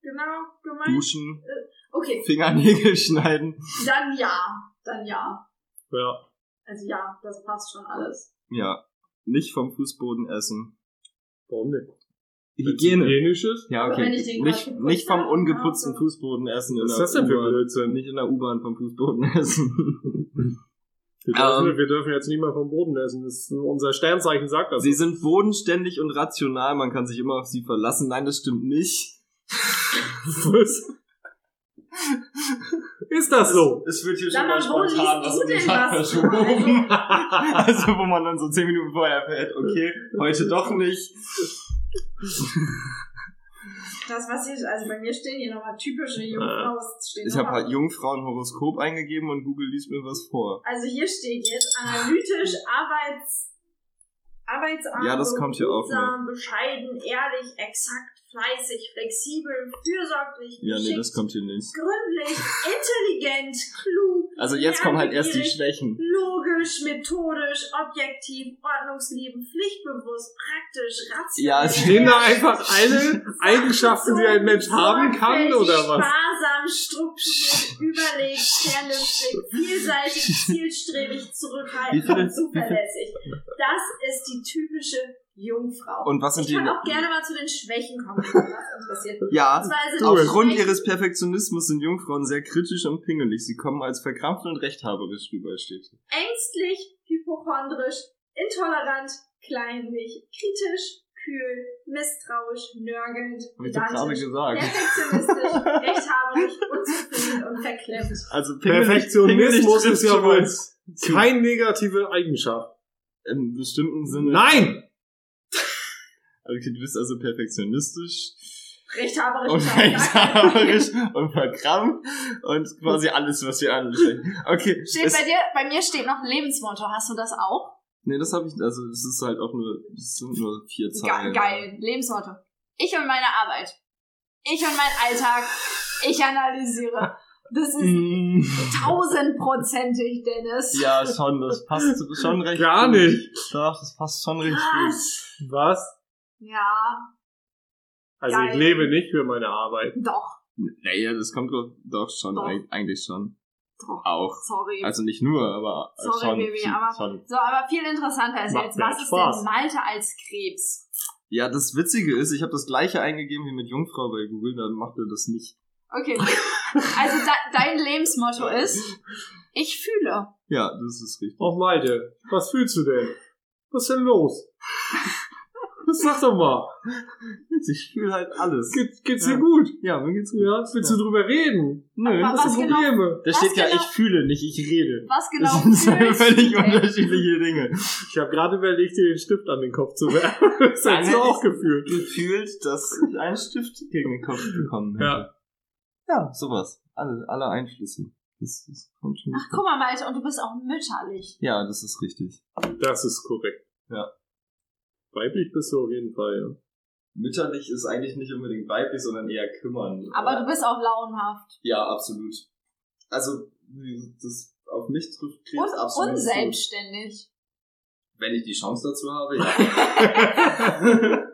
genau gemeint ist.
Duschen,
Okay,
Fingernägel schneiden.
dann ja. Dann ja.
Ja.
Also ja, das passt schon alles.
Ja. Nicht vom Fußboden essen.
Warum nicht? Wenn's
Hygiene.
Hygienisch ist?
Ja,
Aber
okay.
wenn ich den
Nicht,
gerade
nicht vom
geputzt habe,
ungeputzten
ja, so.
Fußboden essen. in
Was ist
der
das denn für
U-Bahn.
Blödsinn?
Nicht in der U-Bahn vom Fußboden essen.
Wir dürfen,
Ähm.
wir dürfen jetzt nicht mal vom Boden essen. Das ist, unser Sternzeichen sagt das.
sie sind bodenständig und rational. Man kann sich immer auf sie verlassen. Nein, das stimmt nicht.
Was? ist das so?
Es wird hier
Sag mal, wo liest du denn was?
verschoben. Also, wo man dann so 10 Minuten vorher fällt, okay, heute doch nicht.
Das, was hier, also bei mir stehen hier nochmal typische Jungfrau. es stehen
Äh, Ich
noch
habe
mal-
halt Jungfrauenhoroskop eingegeben und Google liest mir was vor.
Also hier steht jetzt analytisch, arbeits, arbeitsarm,
Ja, das kommt hier auch
behutsam, bescheiden, ehrlich, exakt, fleißig, flexibel, fürsorglich,
Ja, nee,
geschickt,
das kommt hier nicht.
gründlich, intelligent, klug,
Also jetzt kommen halt erst die
lernbegierig,
Schwächen.
Logisch, methodisch, objektiv, ordnungsliebend, pflichtbewusst, praktisch, rational.
Ja, es
Stehen da einfach alle Eigenschaften, die ein Mensch haben kann,
Sorgfältig,
oder was?
Sparsam, strukturiert, überlegt, vernünftig, vielseitig, zielstrebig,
Wie
zurückhaltend
viele-
und zuverlässig. Das ist die typische Jungfrau.
Und was sind
ich
die?
kann auch gerne mal zu den Schwächen kommen, wenn das interessiert.
Ja,
Und zwar sind die
Also Aufgrund
Schwächen-
ihres Perfektionismus sind Jungfrauen sehr kritisch und pingelig. Sie kommen als verkrampft und rechthaberisch rüber, steht. hier.
ängstlich, hypochondrisch, intolerant, kleinlich, kritisch, kühl, misstrauisch, nörgelnd,
Hab ich doch gerade
pedantisch,
gesagt.
perfektionistisch, rechthaberig, unzufrieden und verklemmt.
Also pingelig-
Perfektionismus
pingelig
ist ja
trifft
wohl
schon
keine negative Eigenschaft.
mal Im bestimmten Sinne.
Nein!
Okay, du bist also perfektionistisch.
Rechthaberisch
Und
ist auch gar kein-
rechthaberisch und verkrampft und quasi alles, was wir anstellen. Okay.
Steht
es-
bei dir, bei mir steht noch ein Lebensmotto. Hast du das auch?
nee, das habe ich, also es ist halt auch nur, es sind nur vier
Ge
Zeilen.
geil. Lebensmotto. Ich und meine Arbeit. Ich und mein Alltag. Ich analysiere. Das ist
Mm,
Mhm.
tausendprozentig, Dennis.
Ja, schon, das passt schon recht
Gar
gut.
nicht.
Doch, das passt schon recht gut.
Was?
Was?
Ja,
Also ich
Geil.
lebe nicht für meine Arbeit.
doch,
Naja, das kommt doch, doch schon,
Doch.
eig- eigentlich schon.
doch.
Auch.
Sorry.
Also nicht nur, aber
Sorry,
schon,
Baby,
viel-
aber-
schon.
so, aber viel interessanter ist
Macht
jetzt,
mir
was ist
Spaß.
denn Malte als Krebs?
Ja, das Witzige ist, ich habe das gleiche eingegeben wie mit Jungfrau bei Google, dann macht er das nicht.
Okay. Also de dein Lebensmotto ist, ich fühle.
Ja, das ist richtig.
Och Malte, was fühlst du denn? Was ist denn los? Das sag doch mal.
Ich fühle halt alles.
Geht, geht's dir
Ja.
gut?
Ja, mir geht's gut.
Ja? Willst du drüber reden?
Nö.
Aber
Hast
was
du
genau-
Probleme?
Da
was
steht ja,
genau-
ich fühle nicht, ich rede.
Was genau
Das sind zwei
fühlst du
völlig
denn?
unterschiedliche Dinge.
Ich habe gerade überlegt, dir den Stift an den Kopf zu werfen. Das hättest du
Nein,
auch
ich-
gefühlt.
Gefühlt, dass ich einen Stift gegen den Kopf bekommen hätte.
Ja.
Ja, sowas. Alle, alle Einflüsse. Das, das kommt schon.
Ach, guck mal, Malte, und du bist auch mütterlich.
Ja, das ist richtig.
Das ist korrekt.
Ja.
Weiblich bist du auf jeden Fall, ja.
Mütterlich ist eigentlich nicht unbedingt weiblich, sondern eher kümmern.
Aber du bist auch launhaft.
Ja, absolut. Also, das auf mich trifft
Und
Krebs absolut. zu.
unselbstständig.
Wenn ich die Chance dazu habe, ja.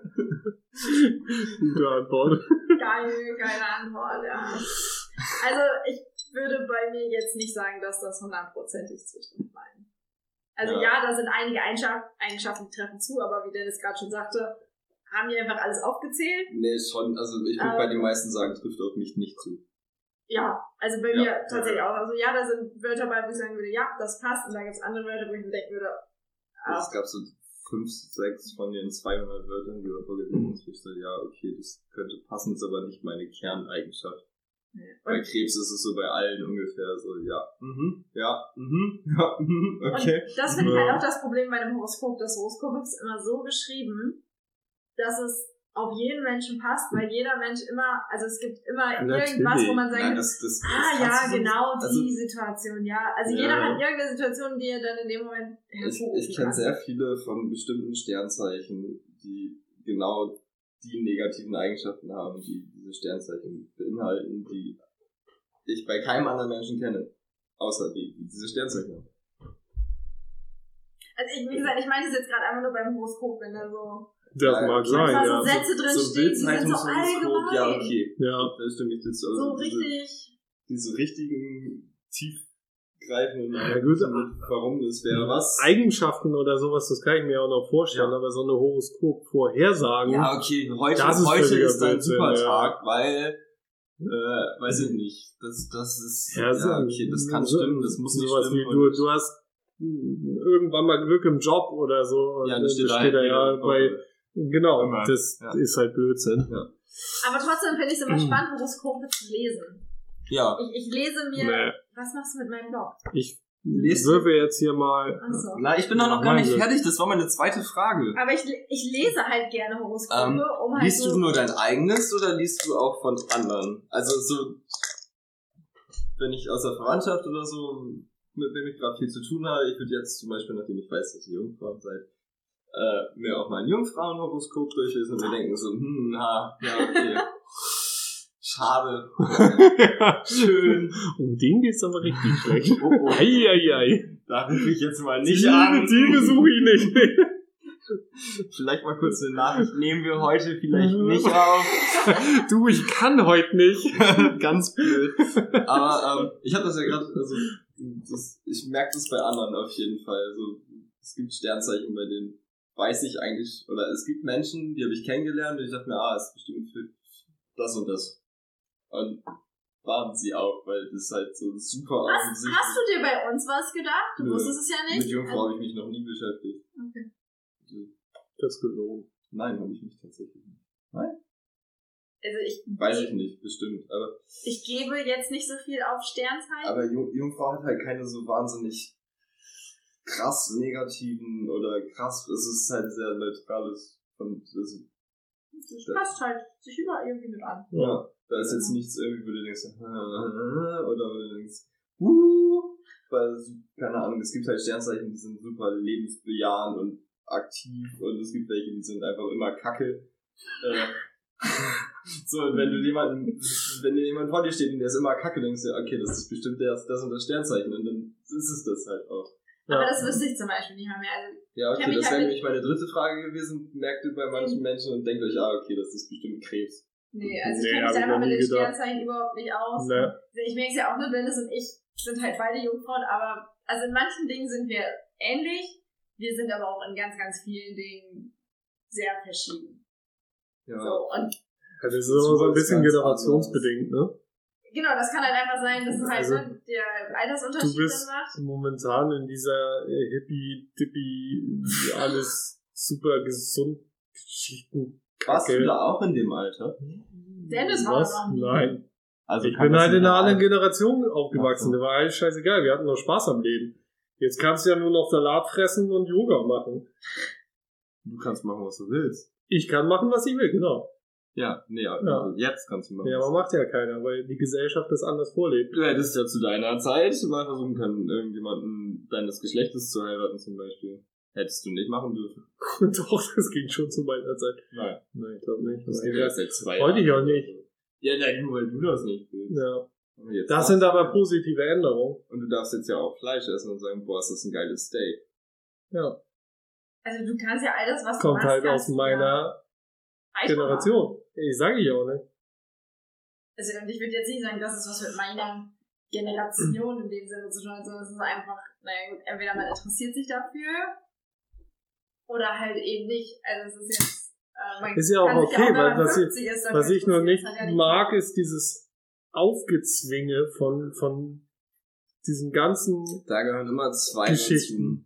Gute Antwort.
Geil, geile Antwort, ja. Also, ich würde bei mir jetzt nicht sagen, dass das hundertprozentig zwischen beiden. Also, ja.
Ja.
da sind einige Eigenschaften, Eigenschaften die treffen zu, aber wie Dennis gerade schon sagte, haben die einfach alles aufgezählt.
nee, schon, also ich
Ähm.
würde bei den meisten sagen, trifft auf mich nicht zu.
Ja, also bei
Ja.
mir tatsächlich auch. Also, ja, da sind Wörter bei, wo ich sagen würde, ja, das passt. Und da gibt's andere Wörter, wo ich mir denken würde, ah,
Es gab so fünf, sechs von den 200 Wörtern, die wir
Mhm.
vorgelesen haben. Ich dachte, ja, okay, das könnte passen, ist aber nicht meine Kerneigenschaft. Bei
und,
Krebs ist es so bei allen ungefähr so, ja, mhm, ja, mhm, ja, mhm, okay.
und das finde ich
Ja.
halt auch das Problem bei dem Horoskop. Das Horoskop ist immer so geschrieben, dass es auf jeden Menschen passt, weil jeder Mensch immer, also es gibt immer irgendwas, wo man
Nein,
sagen kann,
das, das, das
Ah
kannst
ja,
du so-
genau
also-
die Situation, ja. Also
Ja.
jeder hat irgendeine Situation, die er dann in dem Moment
Ich,
hervorrufen
ich kenne
kann.
sehr viele von bestimmten Sternzeichen, die genau die negativen Eigenschaften haben, die diese Sternzeichen beinhalten, die ich bei keinem anderen Menschen kenne. Außer die, die diese Sternzeichen haben.
Also ich, wie gesagt, ich meine das jetzt gerade einfach nur beim Horoskop, wenn da so
Das
Ja,
einfach
mag sein,
so
ja.
Sätze drin
So
stehen, die sind so
Bildzeichnungshoroskop,
allgemein.
ja, okay.
Ja.
Da stimme ich dir zu. Also
So
diese-
richtig.
Diese richtigen, tiefgreifenden
Ja, gut,
Analysen, warum das wäre was.
Eigenschaften oder sowas, das kann ich mir auch noch vorstellen,
Ja.
aber so eine Horoskop-Vorhersagen.
Ja, okay, heute,
Das ist
heute
völliger
ist ein
Blödsinn,
super
ja.
Tag, weil, äh, weiß ich nicht, das, das ist, ja,
so-
okay, das kann
so-
stimmen, das muss nicht
sowas
stimmen.
Wie du,
und-
du hast irgendwann mal Glück im Job oder so.
ja,
und
das steht da
da ja bei, genau,
Immer.
das
Ja.
ist halt Blödsinn.
Aber trotzdem finde ich es
Mhm.
immer spannend, Horoskope zu lesen.
Ja,
Ich, ich lese mir.
Nee.
Was machst du mit meinem Blog?
Ich
Lest-
würfe jetzt hier mal,
Achso.
na, ich bin da noch gar
Mein
nicht
Glück.
fertig, das war meine zweite Frage.
Aber ich, ich lese halt gerne Horoskope,
Ähm,
um halt
Liest
so.
du nur dein eigenes oder liest du auch von anderen? Also so, wenn ich aus der Verwandtschaft oder so, mit wem ich gerade viel zu tun habe, ich würde jetzt zum Beispiel, nachdem ich weiß, dass ihr Jungfrauen seid, äh, mir auch mal ein Jungfrauenhoroskop durchlesen und wir denken so, hm, ha, ja, okay. Schade. Schön.
um den geht's aber richtig schlecht.
Oh, oh.
Eieiei.
Da rufe ich jetzt mal
Die-
nicht an.
Die besuche ich nicht.
Vielleicht mal kurz eine Nachricht. Nehmen wir heute vielleicht nicht auf.
du, ich kann heute nicht.
Ganz blöd. Aber ähm, ich habe das ja gerade, also das, ich merke das bei anderen auf jeden Fall. Also es gibt Sternzeichen, bei denen weiß ich eigentlich, oder es gibt Menschen, die habe ich kennengelernt und ich dachte mir, ah, ist bestimmt für das und das. Und waren sie auch, weil das halt so super
hast,
offensichtlich
hast du dir bei uns was gedacht? Du
Nö.
wusstest es ja nicht.
Mit Jungfrau habe ich mich noch nie beschäftigt.
Okay.
Das ist gelogen.
Nein, habe ich mich tatsächlich nicht.
Also ich,
Weiß ich nicht, bestimmt. Aber,
ich gebe jetzt nicht so viel auf Sternzeichen.
aber Jung, Jungfrau hat halt keine so wahnsinnig krass negativen oder krass, es ist halt sehr neutrales. Und das
Das passt halt sich immer irgendwie mit an.
Ja, da ist jetzt nichts irgendwie, wo du denkst, "Ah", oder wo du denkst, uh, weil, es- keine Ahnung, es gibt halt Sternzeichen, die sind super lebensbejahend und aktiv und es gibt welche, die sind einfach immer kacke. Äh, so, und wenn du jemanden, wenn dir jemand vor dir steht und der ist immer kacke, denkst du, okay, das ist bestimmt das, das und das Sternzeichen und dann ist es das halt auch.
Aber
Ja.
das wüsste ich zum Beispiel nicht mal mehr. Also,
Ja,
Ja,
okay,
mich
das
halt
wäre
nicht-
nämlich meine dritte Frage gewesen, merkt ihr bei manchen Menschen und denkt euch, ah, okay, das ist bestimmt Krebs.
nee, also ich
Nee,
kenne mich
hab
da
ich
einfach
noch
mit
nie
den
gedacht.
Sternzeichen überhaupt nicht aus.
Ne.
Ich merke es ja auch nur, Dennis und ich sind halt beide Jungfrauen, aber also in manchen Dingen sind wir ähnlich. Wir sind aber auch in ganz, ganz vielen Dingen sehr verschieden.
Ja.
So, und
Ja, das ist
Das
aber so ein
ist
bisschen
ganz
generationsbedingt, ne?
genau, das kann halt einfach sein, dass es halt
Also,
ne, der Altersunterschied
du bist-
dann macht.
Momentan in dieser äh, Hippie-Dippie, alles super gesund Geschichten.
Warst du da auch in dem Alter?
Dennis war
Was?
da noch nie.
Nein.
Also
ich
kann
bin
das
halt in einer
Alter-
anderen Generation aufgewachsen.
Ach so.
Da war alles scheißegal. Wir hatten noch Spaß am Leben. Jetzt kannst du ja nur noch Salat fressen und Yoga machen.
Du kannst machen, was du willst.
Ich kann machen, was ich will, genau.
Ja, nee,
Ja.
ja. jetzt kannst du machen.
Ja, aber macht ja keiner, weil die Gesellschaft das anders vorlebt.
Du hättest ja zu deiner Zeit mal versuchen können, irgendjemanden deines Geschlechtes zu heiraten zum Beispiel. Hättest du nicht machen dürfen.
Doch, das ging schon zu meiner Zeit.
Nein.
Nein, ich glaube nicht.
Das
Nein,
geht ja seit zwei
Wollte ich auch
Jahren.
nicht.
Ja, nein, nur weil du das nicht willst.
Ja.
Aber jetzt
Das
darfst
sind
du.
aber positive Änderungen.
Und du darfst jetzt ja auch Fleisch essen und sagen, boah, ist das ein geiles Steak.
Ja.
Also du kannst ja alles, was
Kommt
du
halt aus
kannst du ja
meiner
reicher machen.
Generation. Ich sage ich auch nicht.
Also und ich würde jetzt nicht sagen, das ist was mit meiner Generation in dem Sinne zu tun, hat, sondern es ist einfach, naja gut, entweder man interessiert sich dafür oder halt eben nicht. Also es ist jetzt äh, man
Ist ja auch
kann sich
okay,
wenn
weil
man
was ich-
50 ist, dafür
Was ich nur
interessieren.
nicht
Das hat ja die-
mag, ist dieses Aufgezwinge von, von diesen ganzen
Da gehören immer zwei
Geschichten.
dazu.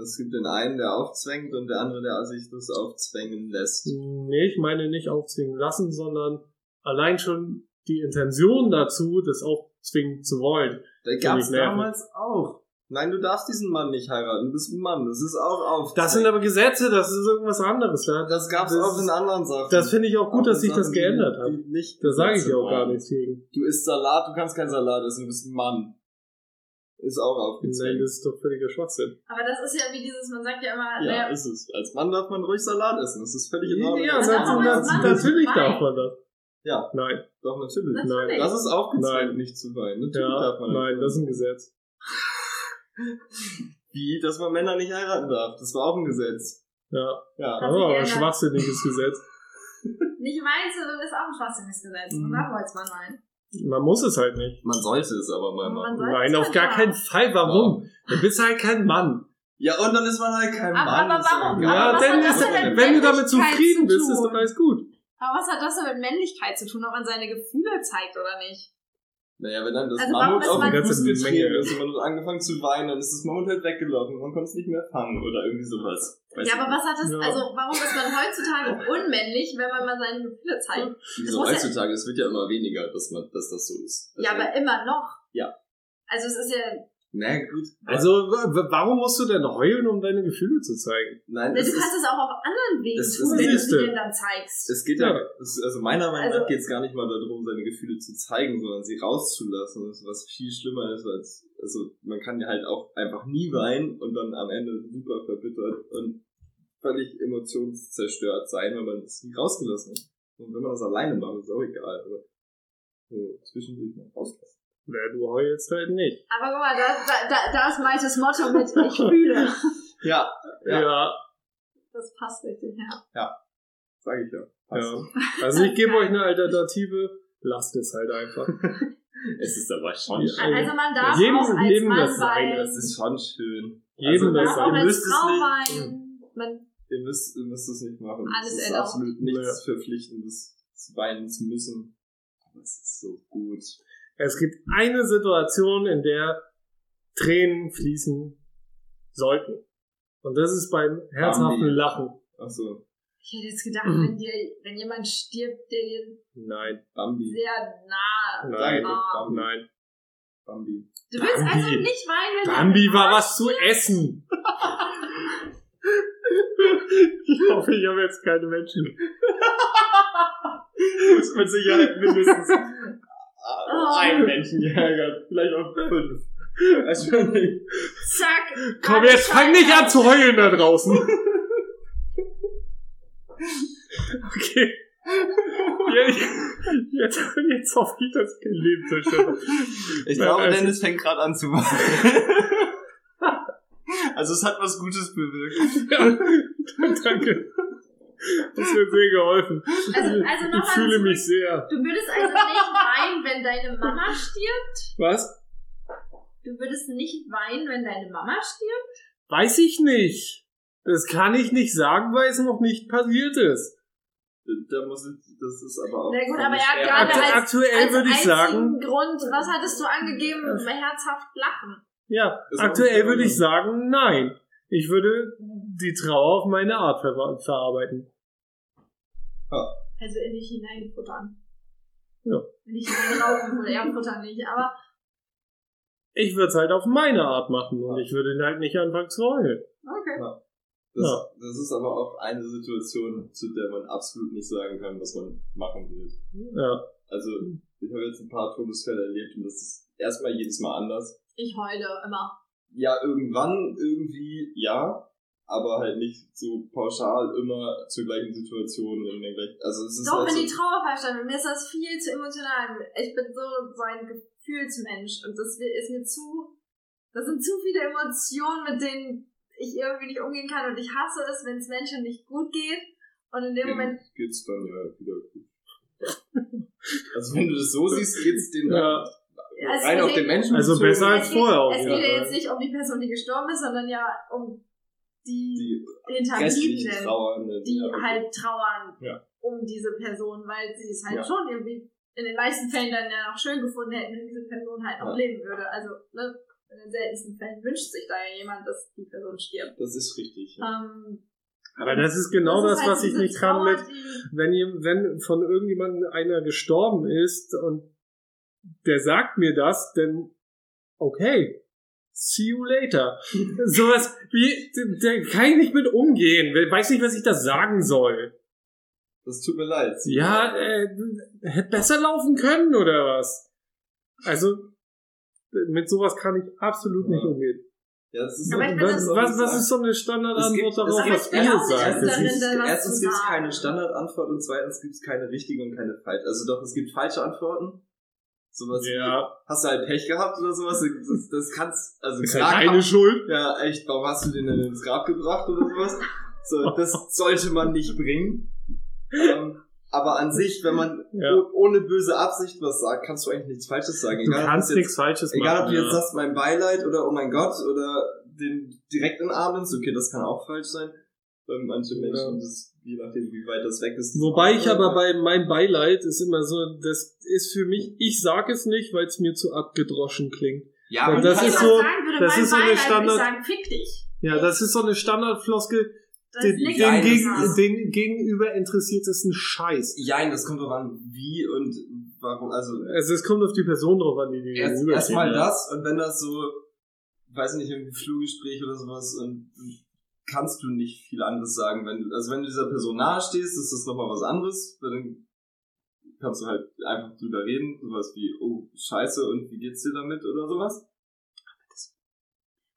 Es gibt den einen, der aufzwängt und der andere, der sich das aufzwängen lässt.
Nee, ich meine nicht aufzwingen lassen, sondern allein schon die Intention dazu, das aufzwingen zu wollen.
Da gab's
ich nervig.
damals auch. Nein, du darfst diesen Mann nicht heiraten, du bist ein Mann. Das ist auch auf.
Das sind aber Gesetze, das ist irgendwas anderes. Da-
das gab's
das
auch
ist-
in anderen Sachen.
Das finde ich auch gut,
Auch
dass
in
sich das
Sachen,
geändert
die-
hat.
die nicht
Da sage ich
gesetzt
auch gar
waren.
nichts gegen.
Du isst Salat, du kannst keinen Salat essen, du bist ein Mann. Ist auch
Nein,
aufgezwängt.
das ist doch völliger Schwachsinn.
Aber das ist ja wie dieses, man sagt ja immer,
ja,
naja,
ist es. Als Mann darf man ruhig Salat essen, das ist völlig in Ordnung.
Genau,
Ja,
das
das,
darf man
das,
machen, das
natürlich
ist
darf
fein.
man das.
Ja.
Nein,
Doch, natürlich.
Natürlich.
Das ist auch
Nein.
gezwungen, nicht zu weinen. Natürlich
ja,
darf man
nein, das ist ein Gesetz.
Wie, dass man Männer nicht heiraten darf. Das war auch ein Gesetz.
Ja, Oh,
Ja.
Hat
aber
sich
ein
geändert.
schwachsinniges Gesetz.
nicht meins, sondern ist auch ein schwachsinniges Gesetz. Und
Mhm.
da wollte man meinen.
Man muss es halt nicht.
Man sollte es aber mal
Aber man
machen.
halt soll-
Nein, auf gar keinen Fall. Warum? Du bist halt kein Mann.
Ja, und dann ist man halt kein
Aber-
Mann.
aber
ist ja
warum?
egal.
Aber
Ja,
was
dann
hat das
ist,
denn mit
wenn du damit
Männlichkeit
zufrieden
zu
bist, ist
tun?
doch alles gut.
Aber was hat das denn mit Männlichkeit zu tun, ob man seine Gefühle zeigt oder nicht?
Naja, wenn dann das
Also warum
Mammut
ist
auf
man-
den Fuß
Ganze Menge.
getreten ist und man hat angefangen zu weinen, dann ist das Mammut halt weggelaufen. Man konnte es nicht mehr fangen oder irgendwie sowas. Weiß
ja,
ich
aber was hat das,
Ja.
also warum ist man heutzutage unmännlich, wenn man mal seine Gefühle zeigt?
nicht. Wieso
muss ja-
heutzutage? Es wird ja immer weniger, dass, man, dass das so ist.
Ja, aber immer noch.
Ja.
Also es ist ja,
Na gut.
Also, w- w- warum musst du denn heulen, um deine Gefühle zu zeigen?
Nein,
du
es,
kannst
ist,
es auch auf anderen Wegen
Das ist
tun, wenn du
Nächste.
sie denn dann zeigst.
es geht ja,
Ja.
es, also meiner Meinung
Also-
nach geht es gar nicht mal darum, seine Gefühle zu zeigen, sondern sie rauszulassen, Das ist was viel schlimmer ist als, also man kann ja halt auch einfach nie weinen und dann am Ende super verbittert und völlig emotionszerstört sein, wenn man das nie rausgelassen hat. Und wenn man das alleine macht, ist auch egal, aber so zwischendurch mal rauslassen.
Na, du heulst halt nicht.
Aber guck mal, da, da, da, da ist Maites Motto mit ich fühle.
Ja,
Ja.
Ja.
ja.
Das passt richtig, ja.
sage ich ja. Passt.
Also, ich gebe euch eine Alternative. Lasst es halt einfach.
Es ist aber schon
Ja.
schön.
Also man darf
Jedem-
auch als
jedem
Mann
das
sein,
seine.
Es ist schon schön. Also,
Jedem
man
das
darf
seine.
auch
ihr
als
müsst es
Frau
nicht, Mhm.
weinen. Man,
Ihr müsst, ihr müsst es nicht machen.
Alles
es ist
erlaubt.
absolut nichts Verpflichtendes, zu weinen zu müssen. Aber es ist so gut.
Es gibt eine Situation, in der Tränen fließen sollten. Und das ist beim herzhaften
Bambi.
Lachen.
Achso,
ich hätte jetzt gedacht,
Mhm.
wenn, dir, wenn jemand stirbt, der dir
Nein,
Bambi.
sehr nah
Nein.
Oh
war.
nein.
Bambi.
Du willst
Bambi.
also nicht weinen, wenn
Bambi war was zu essen. ich hoffe, ich habe jetzt keine Menschen.
Muss mit Sicherheit mindestens
Oh.
einen Menschen geärgert. Vielleicht auch fünf. Also, nee.
Zack.
Komm, jetzt fang nicht an zu heulen da draußen. Okay. Ja, ich, jetzt, jetzt hoffe ich, dass ich kein Leben zerstöre.
ich
Ja, also
glaube,
es
Dennis fängt gerade an zu weinen. Also es hat was Gutes bewirkt.
Ja, danke. Das hat sehr geholfen.
Also- also noch
ich
mal
fühle
zurück.
mich sehr.
Du würdest also nicht weinen, wenn deine Mama stirbt?
Was?
Du würdest nicht weinen, wenn deine Mama stirbt?
Weiß ich nicht. Das kann ich nicht sagen, weil es noch nicht passiert ist.
Da muss ich, das ist aber auch.
Na gut, aber er hat
Ja,
gerade
Aktu
als-
aktuell
Als
würde ich
einzigen
sagen,
Grund, was hattest du angegeben? Herzhaft lachen.
ja,
Ist auch
aktuell
nicht
würde ich
schlimm. ne?
sagen, nein. Ich würde die Trauer auf meine Art ver verarbeiten.
Also in dich hineinfuttern.
Ja.
In dich hineinrauchen oder ja, futtern nicht, aber
Ich würde es halt auf meine Art machen und ich würde halt nicht anfangen zu heulen.
okay.
Das,
Ja.
das ist aber auch eine Situation, zu der man absolut nicht sagen kann, was man machen will.
Ja.
Also, ich habe jetzt ein paar Todesfälle erlebt und das ist erstmal jedes Mal anders.
Ich heule immer.
Ja, irgendwann, irgendwie, ja, aber halt nicht so pauschal immer zur gleichen Situation in den gleichen. Also, es ist
Doch,
halt
wenn die
so,
Trauer verstanden. Mir ist das viel zu emotional. Ich bin so, so ein Gefühlsmensch und das ist mir zu. Das sind zu viele Emotionen, mit denen ich irgendwie nicht umgehen kann. Und ich hasse es, wenn es Menschen nicht gut geht. Und in dem Moment.
denen geht's dann ja wieder gut. also, wenn du das so siehst, geht's denen
Ja.
Also
rein
es
auf den
geht-
Menschen.
Also
bezogen.
besser als
es
vorher auch
geht, Es
wieder. ne?
geht ja jetzt nicht um die Person, die gestorben ist, sondern ja um die,
die restlichen
Hinterbliebenen.
Trauernden.
die
ja, okay.
halt trauern
Ja.
um diese Person, weil sie es halt
Ja.
schon irgendwie in den meisten Fällen dann ja noch schön gefunden hätten, wenn diese Person halt noch
Ja.
leben würde. Also ne, in den seltensten Fällen wünscht sich da ja jemand, dass die Person stirbt.
Das ist richtig. Ja.
Ähm,
Aber das ist genau das,
ist halt
was ich
diese
nicht kann
Trauer,
mit,
die-
wenn, ihr, wenn von irgendjemandem einer gestorben ist und der sagt mir das, dann okay, see you later. Sowas wie, da kann ich nicht mit umgehen, weiß nicht, was ich da sagen soll.
Das tut mir leid.
Ja, äh, hätte besser laufen können oder was? Also, mit sowas kann ich absolut nicht
Ja.
umgehen.
ja das ist
Aber ich bin
Was,
das-
was, was ist so eine
Es gibt-
Standardantwort
es
darauf,
gibt-
Aber
was
ich bin
ihr
auch nicht
sagt?
Erstens
Das
Kanzlerin,
ist-
gibt's- dann was
erstens
zu
gibt es
sagen.
keine Standardantwort und zweitens gibt es keine richtige und keine falsche. Also doch, es gibt falsche Antworten. Sowas
Ja.
wie, hast du halt Pech gehabt oder sowas? Das, das kannst, also
Ist
klar
halt
kann-
deine Schuld.
ja, echt, warum hast du den denn ins Grab gebracht oder sowas? So, das sollte man nicht bringen. Ähm, aber an sich, wenn man
Ja.
oh- ohne böse Absicht was sagt, kannst du eigentlich nichts Falsches sagen.
Du
Egal, ob
kannst
das jetzt-
nichts Falsches machen.
Egal, ob du
ja.
jetzt sagst, mein Beileid oder oh mein Gott oder den direkt in den Arm nimmst, okay, das kann auch falsch sein. Bei manchen
Ja.
Menschen, das, je nachdem, wie weit das weg ist.
Wobei ich aber bei mein Beileid ist immer so, das ist für mich, ich sag es nicht, weil es mir zu abgedroschen klingt.
Ja, halt aber
Weil das
du
wenn
ist
kannst-
jemand
so-
sagen würde,
das
mein
ist so eine
Beileid, würde
Standard-
Ich sagen, fick dich.
Ja, das ist so eine Standardfloskel,
Das
den,
liegt
den,
Nein, das
nicht
gegen,
dran.
ist-
den gegenüber interessiert es ein Scheiß.
Jein, das kommt doch an, wie und warum. Also
Also es kommt auf die Person drauf an, die die
erst-
gegenüber
erstmal das und wenn das so, weiß nicht, im Flurgespräch oder sowas und kannst du nicht viel anderes sagen. Wenn du, also wenn du dieser Person nahe stehst, ist das nochmal was anderes. weil Dann kannst du halt einfach drüber reden, sowas wie, oh, scheiße, und wie geht's dir damit oder sowas.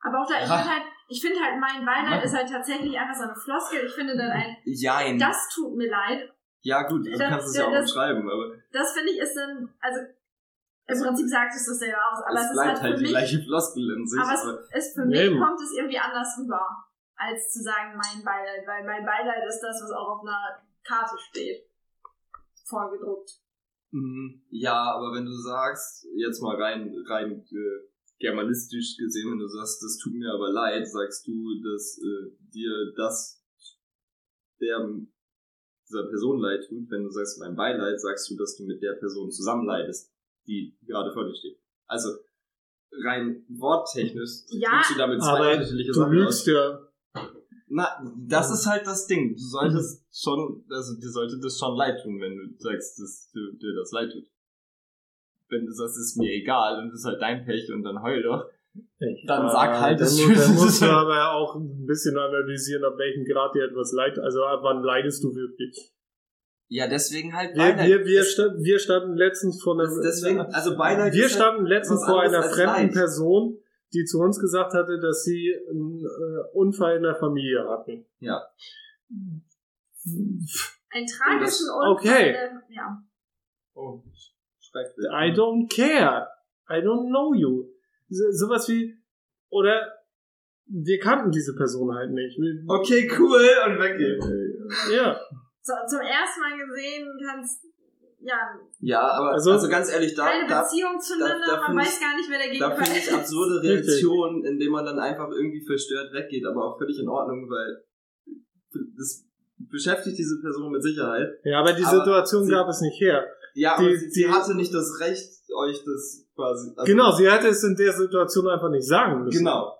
Aber auch da, ich
Ha.
finde halt, ich finde halt, mein Beileid
Mann.
ist halt tatsächlich einfach so eine Floskel. Ich finde dann ein,
Mhm.
Jein.
das tut mir leid,
ja gut, also du
Das-
kannst es ja auch
das-
umschreiben, aber
das finde ich ist dann, also im Prinzip sagt es das ja aus, aber es,
es
ist
bleibt
halt
halt
für
die
mich,
gleiche Floskel in sich.
aber es
aber-
ist für
Nee.
mich kommt es irgendwie anders rüber, als zu sagen mein Beileid, weil mein Beileid ist das, was auch auf einer Karte steht. Vorgedruckt.
Mhm. Ja, aber wenn du sagst, jetzt mal rein, rein äh, germanistisch gesehen, wenn du sagst, das tut mir aber leid, sagst du, dass äh, dir das Sterben dieser Person leid tut. Wenn du sagst, mein Beileid, sagst du, dass du mit der Person zusammen leidest, die gerade vor dir steht. Also rein worttechnisch
Ja,
drückst du damit zwei
Aber
unterschiedliche
du
Sachen
lügst
aus.
ja.
Na, das ist halt das Ding. Du solltest schon, also dir sollte das schon leid tun, wenn du sagst, dass du, dir das leid tut. Wenn du sagst, ist mir egal und ist halt dein Pech und dann heul doch. Dann sag halt,
das
es
muss, dann
ist-
musst du aber auch ein bisschen analysieren, ab welchem Grad dir etwas leid, also ab wann leidest du wirklich.
Ja, deswegen halt
Wir, wir, wir, sta wir standen letztens vor einer,
deswegen, also Beileid
wir
ist halt,
standen letztens
was
vor
anderes
einer
als
fremden
Leid.
Person, die zu uns gesagt hatte, dass sie einen äh, Unfall in der Familie hatten.
Ja.
Ein tragischen
das-
Unfall.
okay.
äh, Ja.
oh, schrecklich.
I don't care. I don't know you. So, sowas wie, oder wir kannten diese Person halt nicht. Wir,
Okay, cool, und weggehen.
Ja.
So, zum ersten Mal gesehen kannst ja
Ja, aber
Also-
also, ganz ehrlich, da,
keine
da,
Beziehung zueinander,
da
man
find
weiß
ich-
gar nicht, wer der
da
Gegenüber
finde ich
ist.
absurde
Richtig.
Reaktionen, indem man dann einfach irgendwie verstört weggeht, aber auch völlig in Ordnung, weil das beschäftigt diese Person mit Sicherheit.
Ja, aber die
Aber
Situation
sie-
gab es nicht her.
Ja, aber
Die-
sie, sie
die-
hatte nicht das Recht, euch das quasi. also-
genau, sie hätte es in der Situation einfach nicht sagen müssen.
Genau.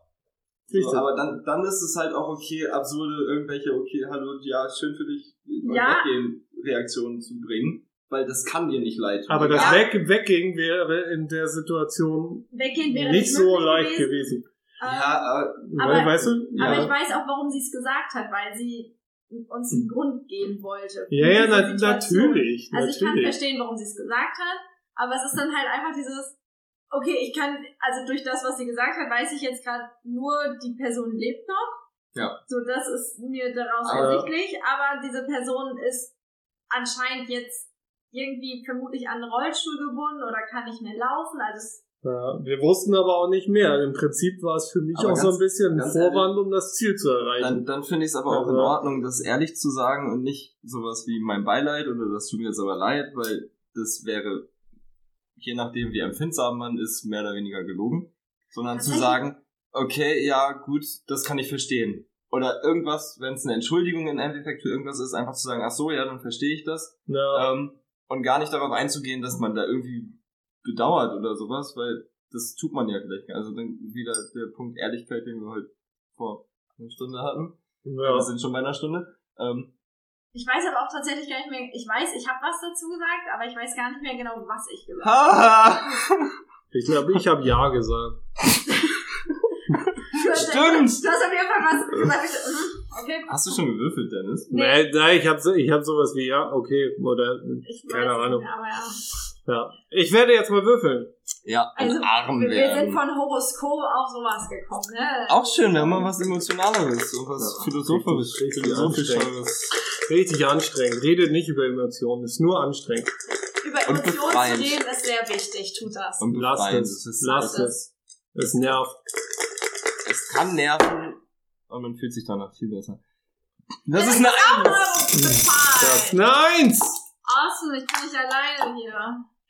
Richtig.
So, aber dann, dann ist es halt auch okay, absurde irgendwelche, okay, hallo, ja, schön für dich,
Ja.
weggehen, Reaktionen zu bringen, weil das kann dir nicht leid tun.
Aber das
Ja.
Weg, Weggehen wäre in der Situation
Weggehen wäre
nicht so
möglich
leicht gewesen.
Ähm,
Ja, aber
Weil,
Aber-
weißt du?
Aber
ja.
ich weiß auch, warum sie es gesagt hat, weil sie uns einen Grund geben wollte.
ja, ja,
Diese
na,
Situation.
natürlich.
Also ich kann
natürlich.
verstehen, warum sie es gesagt hat, aber es ist dann halt einfach dieses, okay, ich kann, also durch das, was sie gesagt hat, weiß ich jetzt gerade nur, die Person lebt noch.
Ja.
So, das ist mir daraus
Aber-
ersichtlich, aber diese Person ist anscheinend jetzt irgendwie vermutlich an einen Rollstuhl gebunden oder kann nicht mehr laufen, also es,
ja, wir wussten aber auch nicht mehr. Im Prinzip war es für mich
Aber
auch so
ganz-
ein bisschen ein
ganz ehrlich,
Vorwand, um das Ziel zu
dann,
erreichen.
dann finde ich es aber auch in
Also-
Ordnung, das ehrlich zu sagen und nicht sowas wie mein Beileid oder das tut mir jetzt aber leid, weil das wäre, je nachdem wie empfindsam man ist, mehr oder weniger gelogen. Sondern zu
Tatsächlich.
sagen, okay, ja, gut, das kann ich verstehen. Oder irgendwas, wenn es eine Entschuldigung im Endeffekt für irgendwas ist, einfach zu sagen, ach so, ja, dann verstehe ich das.
ja.
Ähm, und gar nicht darauf einzugehen, dass man da irgendwie bedauert oder sowas, weil das tut man ja vielleicht. gar- Also dann wieder der Punkt Ehrlichkeit, den wir heute vor einer Stunde hatten. Wir
ja.
sind schon bei einer Stunde. Ähm,
ich weiß aber auch tatsächlich gar nicht mehr, ich weiß, ich habe was dazu gesagt, aber ich weiß gar nicht mehr genau, was ich gesagt habe.
Ich glaube, ich habe Ja gesagt.
Stimmt!
Du hast auf jeden Fall was gesagt, ich so, hm, okay.
Hast du schon gewürfelt, Dennis?
Nee.
Nee, nee ich habe ich hab sowas wie Ja, okay. Oder
Ich weiß
Keine Ahnung.
Nicht, aber ja.
ja. Ich werde jetzt mal würfeln.
Ja, ein
Also,
Arm
Wir, wir sind
werden.
von Horoskop auf sowas gekommen, ne?
Auch schön, wenn man was Emotionaleres und was Philosophisches,
Richtig, richtig
Philosophischeres.
Richtig anstrengend. Redet nicht über Emotionen, ist nur anstrengend.
Über
und
Emotionen zu
befreiend.
reden ist sehr wichtig, tut das.
Und
Lasst
befreiend.
es.
Das ist-
Lasst es. Es nervt.
Es kann nerven und man fühlt sich danach viel besser. Das
Ja,
ist eine
Euro
Eins!
Das
bezahlt!
Nein!
Awesome, ich bin nicht alleine hier.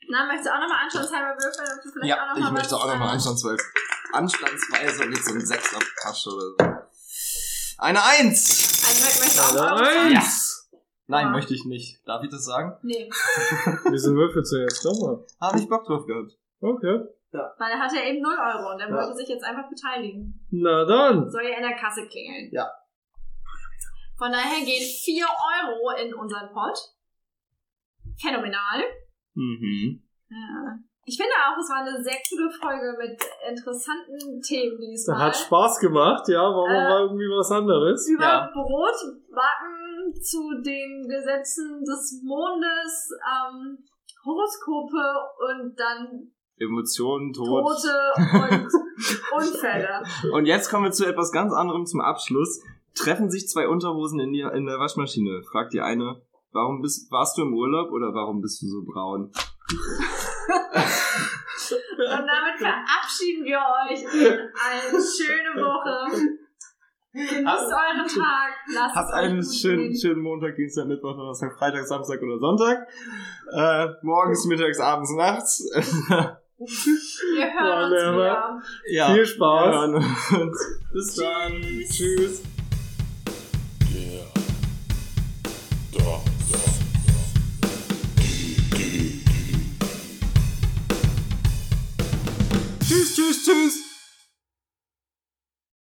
Na, möchtest du auch nochmal anstandshalber würfeln? und du vielleicht
Ja,
auch noch
ich
mal
möchte
was- ähm,
auch nochmal anstandsweise. Anstandsweise und jetzt so ein Sechs auf Tasche oder so. Eine Eins!
Also, ich möchte auch noch
Nein!
Ja.
Nein,
Ah.
möchte ich nicht. Darf ich das sagen?
Nee,
Wieso würfelst du jetzt nochmal?
Habe ich Bock drauf gehabt.
Okay.
weil er hat ja eben 0 Euro und er
Ja.
wollte sich jetzt einfach beteiligen.
Na dann.
Soll ja in der Kasse klingeln.
Ja.
Von daher gehen 4 Euro in unseren Pot. Phänomenal.
Mhm.
Ja. Ich finde auch, es war eine sehr coole Folge mit interessanten Themen diesmal.
Hat Spaß gemacht, ja. Machen wir
Äh,
mal irgendwie was anderes.
Über
ja.
Brotbacken zu den Gesetzen des Mondes, ähm, Horoskope und dann
Emotionen, Tod.
Tote und Unfälle.
Und jetzt kommen wir zu etwas ganz anderem zum Abschluss. Treffen sich zwei Unterhosen in, die, in der Waschmaschine, fragt die eine, warum bist, warst du im Urlaub oder warum bist du so braun?
Und damit verabschieden wir euch in eine schöne Woche. Genießt euren Tag. Lasst
Habt
es euch
einen
gut
schönen,
gehen.
schönen Montag, Dienstag, Mittwoch, Donnerstag, Freitag, Samstag oder Sonntag. Äh, morgens, mittags, abends, nachts.
Wir hören uns
Whatever.
wieder.
ja.
Viel
Wir
Spaß.
hören uns. Bis dann. Tschüss.
Yeah. Doch, doch.
Tschüss, tschüss, tschüss.